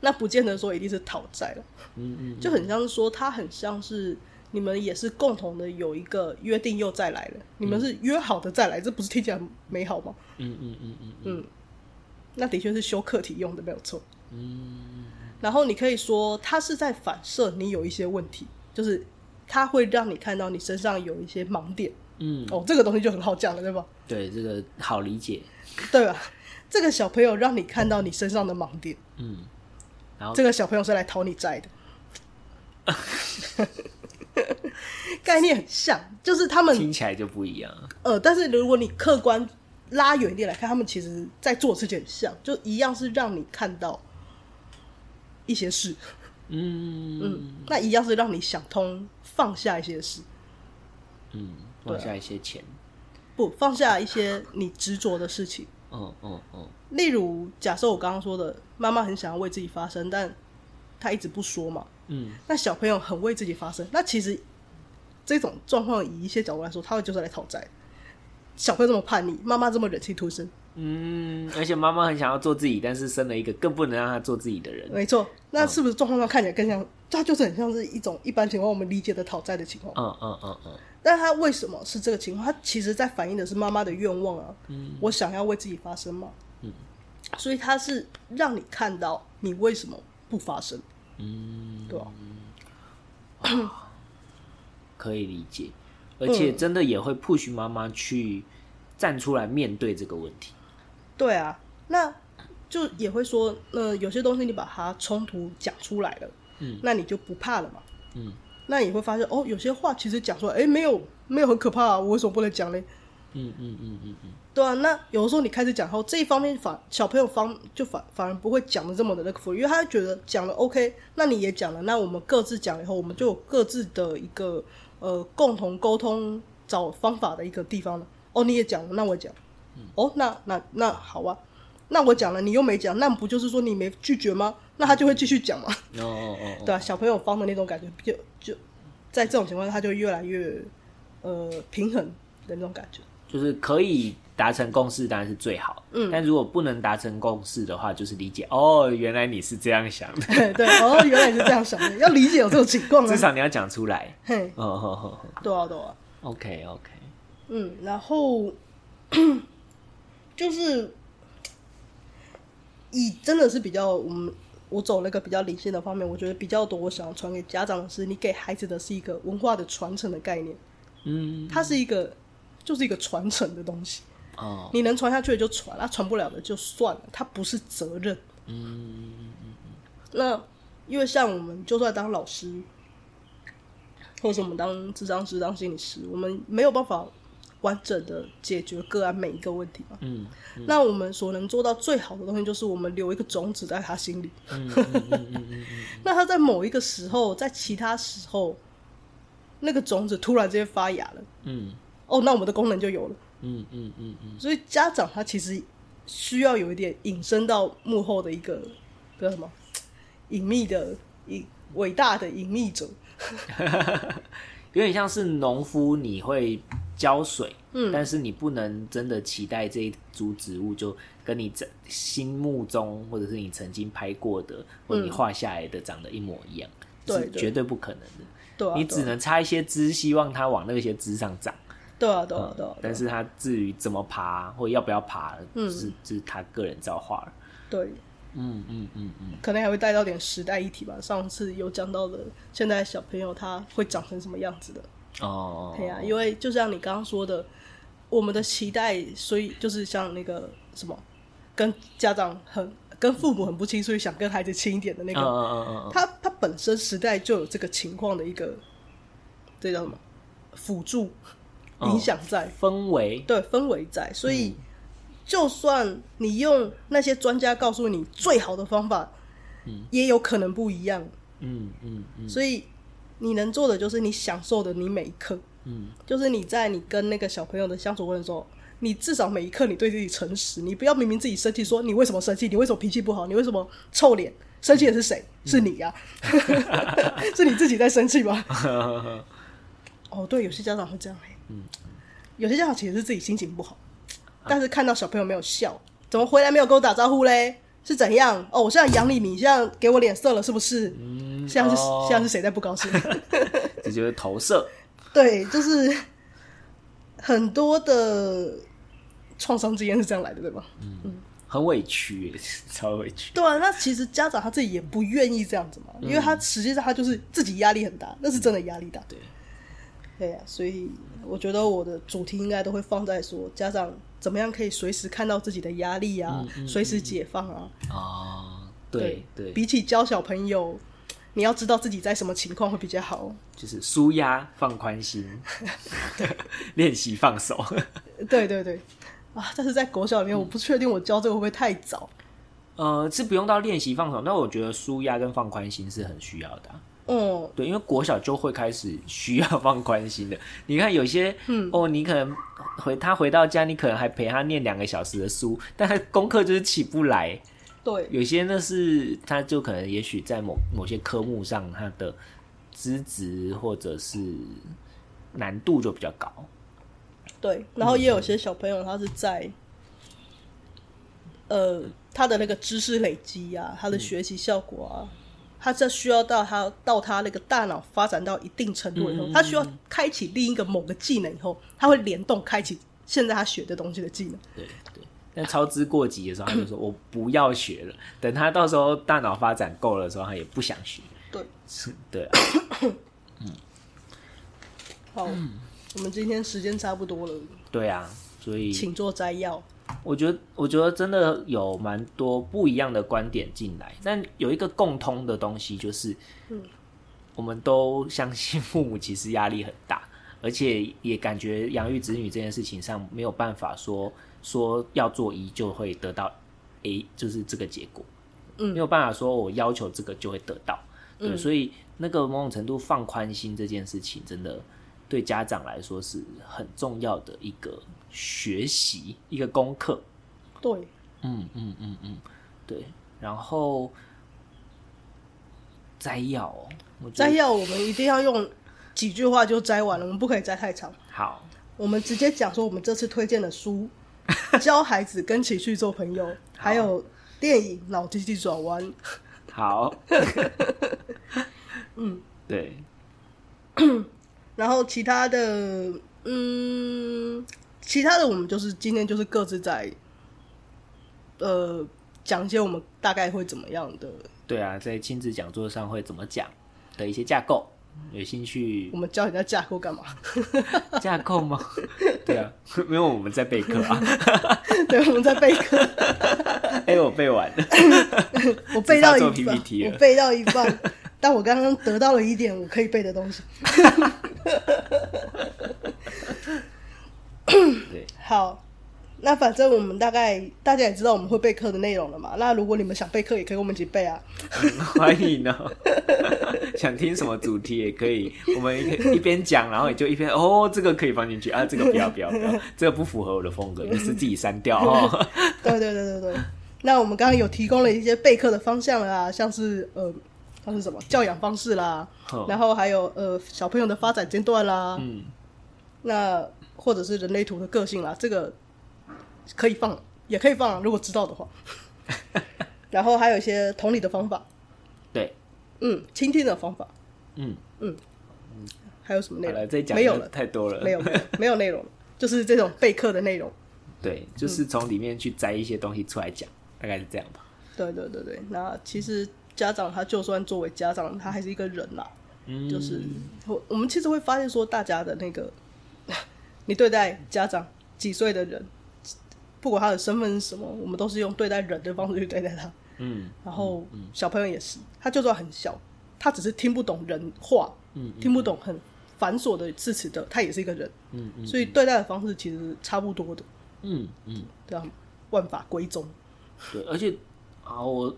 那不见得说一定是讨债了，嗯嗯，就很像是说，他很像是你们也是共同的有一个约定又再来了，你们是约好的再来，这不是听起来很美好吗？嗯嗯嗯嗯嗯嗯，那的确是修课题用的，没有错。嗯然后你可以说，他是在反射你有一些问题，就是他会让你看到你身上有一些盲点。嗯，哦，这个东西就很好讲了，对吧？对，这个好理解，对吧？这个小朋友让你看到你身上的盲点，嗯，然后这个小朋友是来讨你债的， 概念很像，就是他们听起来就不一样，呃，但是如果你客观拉远一点来看，他们其实在做的事情很像，就一样是让你看到一些事，嗯嗯。嗯，那一样是让你想通放下一些事，嗯，对放啊下一些钱。不放下一些你执着的事情。嗯嗯嗯例如，假设我刚刚说的，妈妈很想要为自己发声，但她一直不说嘛，嗯那小朋友很为自己发声，那其实这种状况以一些角度来说，他会就是来讨债。小朋友这么叛逆，妈妈这么忍气吞声，嗯，而且妈妈很想要做自己，但是生了一个更不能让她做自己的人。没错，那是不是状况上看起来更像？他就是很像是一种一般情况我们理解的讨债的情况。嗯嗯嗯嗯但他为什么是这个情况？他其实在反映的是妈妈的愿望啊，我想要为自己发声嘛。嗯所以他是让你看到你为什么不发声，嗯，对吧、啊可以理解。而且真的也会 push 妈妈去站出来面对这个问题。对啊，那就也会说，呃，有些东西你把它冲突讲出来了，嗯那你就不怕了嘛。嗯，那你会发现哦，有些话其实讲出来，哎，没有没有很可怕、啊，我为什么不能讲嘞？嗯嗯嗯嗯嗯，对啊，那有的时候你开始讲后，这一方面反小朋友方就反反而不会讲的这么的那个负，因为他觉得讲了 OK，那你也讲了，那我们各自讲了以后，我们就有各自的一个呃共同沟通找方法的一个地方了。哦，你也讲了，那我也讲，哦，那那那好啊，那我讲了，你又没讲，那不就是说你没拒绝吗？那他就会继续讲嘛，哦哦哦，对啊，小朋友方的那种感觉，就就在这种情况下，他就越来越呃平衡的那种感觉。就是可以达成共识当然是最好，嗯但如果不能达成共识的话，就是理解哦，原来你是这样想的， 对，哦，原来你是这样想的，要理解有这种情况啊 至。少你要讲出来。嘿，哦哦哦对啊，对啊， ，OK OK，嗯，然后 就是以真的是比较我们我走那个比较理性的方面，我觉得比较多我想要传给家长的是，你给孩子的是一个文化的传承的概念，嗯，它是一个就是一个传承的东西，哦，你能传下去的就传，那、传不了的就算了，它不是责任。嗯，那因为像我们就算当老师，或是我们当智商师、当心理师，我们没有办法完整的解决个案每一个问题嘛。嗯，那我们所能做到最好的东西，就是我们留一个种子在他心里。那他在某一个时候，在其他时候，那个种子突然之间发芽了，嗯，哦，那我们的功能就有了。嗯嗯嗯嗯，所以家长他其实需要有一点引申到幕后的一个叫什么隐秘的隐伟大的隐秘者，有点像是农夫，你会浇水，嗯但是你不能真的期待这一株植物就跟你在心目中，或者是你曾经拍过的，或者你画下来的长得一模一样，嗯对是对绝对不可能的。对啊，你只能插一些枝，希望它往那些枝上长。对啊对啊对啊，对啊嗯但是它至于怎么爬或要不要爬，嗯是是他个人造化了。对，嗯嗯嗯嗯，可能还会带到点时代议题吧。上次有讲到的，现在小朋友他会长成什么样子的？哦，对啊，因为就像你刚刚说的，我们的期待，所以就是像那个什么，跟家长很跟父母很不亲，所以想跟孩子亲一点的那个嗯，嗯嗯嗯嗯，它它本身时代就有这个情况的一个，这叫什么辅助哦影响在，氛围，对氛围在，所以、嗯就算你用那些专家告诉你最好的方法，也有可能不一样。嗯嗯嗯所以你能做的就是你享受的你每一刻，嗯，就是你在你跟那个小朋友的相处过程中。你至少每一刻你对自己诚实，你不要明明自己生气说你为什么生气，你为什么脾气不好，你为什么臭脸，生气的是谁？是你呀、嗯是你自己在生气吧？哦，对，有些家长会这样、欸，嗯，有些家长其实是自己心情不好，啊但是看到小朋友没有笑，怎么回来没有跟我打招呼嘞？是怎样？哦，我现在养你，你现在给我脸色了，是不是？ 嗯现在是、哦现在是谁在不高兴？这就是投射。对，就是 很多的创伤经验是这样来的，对吧？很委屈 耶，超委屈。对啊，那其实家长他自己也不愿意这样子嘛，因为他实际上他就是自己压力很大，那是真的压力大。嗯对，对呀、所以我觉得我的主题应该都会放在说家长怎么样可以随时看到自己的压力啊，随时解放啊。哦，嗯对对，比起教小朋友，你要知道自己在什么情况会比较好。就是舒压、放宽 心，练习放手。 对对对，啊，但是在国小里面，嗯我不确定我教这个会不会太早。呃，是不用到练习放手，但我觉得舒压跟放宽心是很需要的啊、嗯，对，因为国小就会开始需要放宽心的。你看有些，嗯，哦，你可能回他回到家，你可能还陪他念两个小时的书，但他功课就是起不来。对，有些那是他就可能也许在某某些科目上，他的资质或者是难度就比较高。对，然后也有些小朋友他是在，呃，他的那个知识累积啊，他的学习效果啊，他这需要到他到他那个大脑发展到一定程度以后，他需要开启另一个某个技能以后，他会联动开启现在他学的东西的技能。对对，但操之过急的时候，他就说我不要学了。等他到时候大脑发展够了的时候，他也不想学。对，是对啊，好，我们今天时间差不多了，对啊，所以请做摘要。我觉得，我觉得真的有蛮嗯多不一样的观点进来，但有一个共通的东西就是，我们都相信父母其实压力很大，而且也感觉养育子女这件事情上没有办法说说要做一就会得到 A，就是这个结果，嗯没有办法说我要求这个就会得到，对，嗯所以那个某种程度放宽心这件事情，真的对家长来说是很重要的一个学习，一个功课，对，嗯嗯嗯嗯，对。然后摘要哦，我觉摘得要我们一定要用几句话就摘完了，我们不可以摘太长。好，我们直接讲说我们这次推荐的 书，《教孩子跟情绪做朋友》，还有电影《脑筋急转弯》。 好，嗯，对，然后其他的，嗯，其他的我们就是今天就是各自在，呃，讲一些我们大概会怎么样的，对啊，在亲子讲座上会怎么讲的一些架构，有兴趣我们教人家架构干 嘛？架构吗？ 对啊，没有我们在备课啊，对，我们在备课， 哎、我背完了，我背到只一差做半 PPT，了我背到一半，但我刚刚得到了一点我可以背的东西。对，好，那反正我们大概大家也知道我们会备课的内容了嘛。那如果你们想备课，也可以跟我们一起备 啊。嗯欢迎哦。 想听什么主题也可以，我们一个一边讲，然后你就一边哦，这个可以放进去啊，这个不要不要不要，这个不符合我的风嗯格，你是自己删 掉哦。对对对对对。那我们刚刚有提供了一些备课的方向啦，像是呃，像是什么教养方式啦，哦然后还有呃小朋友的发展阶段啦，嗯，那或者是人类图的个性啦，这个可以放，也可以放，啊如果知道 的话。然后还有一些同理的方法，对，嗯，倾听的方法，嗯，还有什么内好了，容？这讲没有就了，太多了，没有，没有，没有内容，就是这种备课的内容。对，就是嗯从里面去摘一些东西出来讲，大概是这样吧。对对对对，那其实家长他就算作为家长，他还是一个人啦，嗯，就是我我们其实会发现说，大家的那个，你对待家长几岁的人，不管他的身份是什么，我们都是用对待人的方式去对待他。嗯然后小朋友也是，他就算很小，他只是听不懂人话，嗯听不懂很繁琐的字词的，他也是一个人，嗯嗯所以对待的方式其实差不多的，嗯嗯，对吧？万法归宗，对，而且啊，我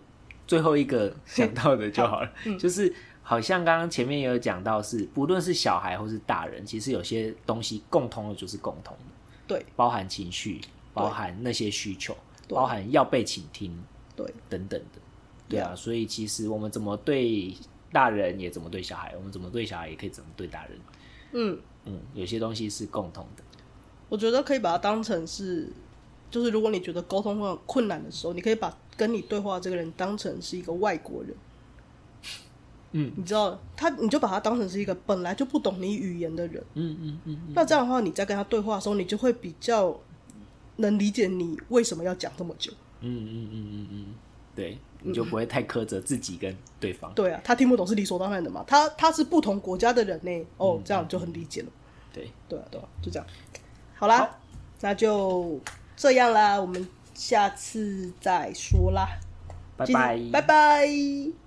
最后一个想到的就好了， 就是好像刚刚前面也有讲到是，不论是小孩或是大人，其实有些东西共通的就是共通的，对包含情绪，包含那些需求，对包含要被倾听对等等的。对啊，所以其实我们怎么对大人，也怎么对小孩；我们怎么对小孩，也可以怎么对大人。嗯，嗯，有些东西是共同的。我觉得可以把它当成是，就是如果你觉得沟通会很困难的时候，你可以把跟你对话的这个人当成是一个外国人。嗯，你知道他，你就把他当成是一个本来就不懂你语言的人。嗯嗯嗯那这样的话，你在跟他对话的时候，你就会比较能理解你为什么要讲这么久。嗯嗯嗯嗯嗯，对，你就不会太苛责自己跟对方。对啊，他听不懂是理所当然的嘛。他他是不同国家的人呢，哦，嗯这样就很理解了。对，对啊，对啊，就这样。好啦，那就这样啦，我们下次再说啦。拜今拜天，拜拜。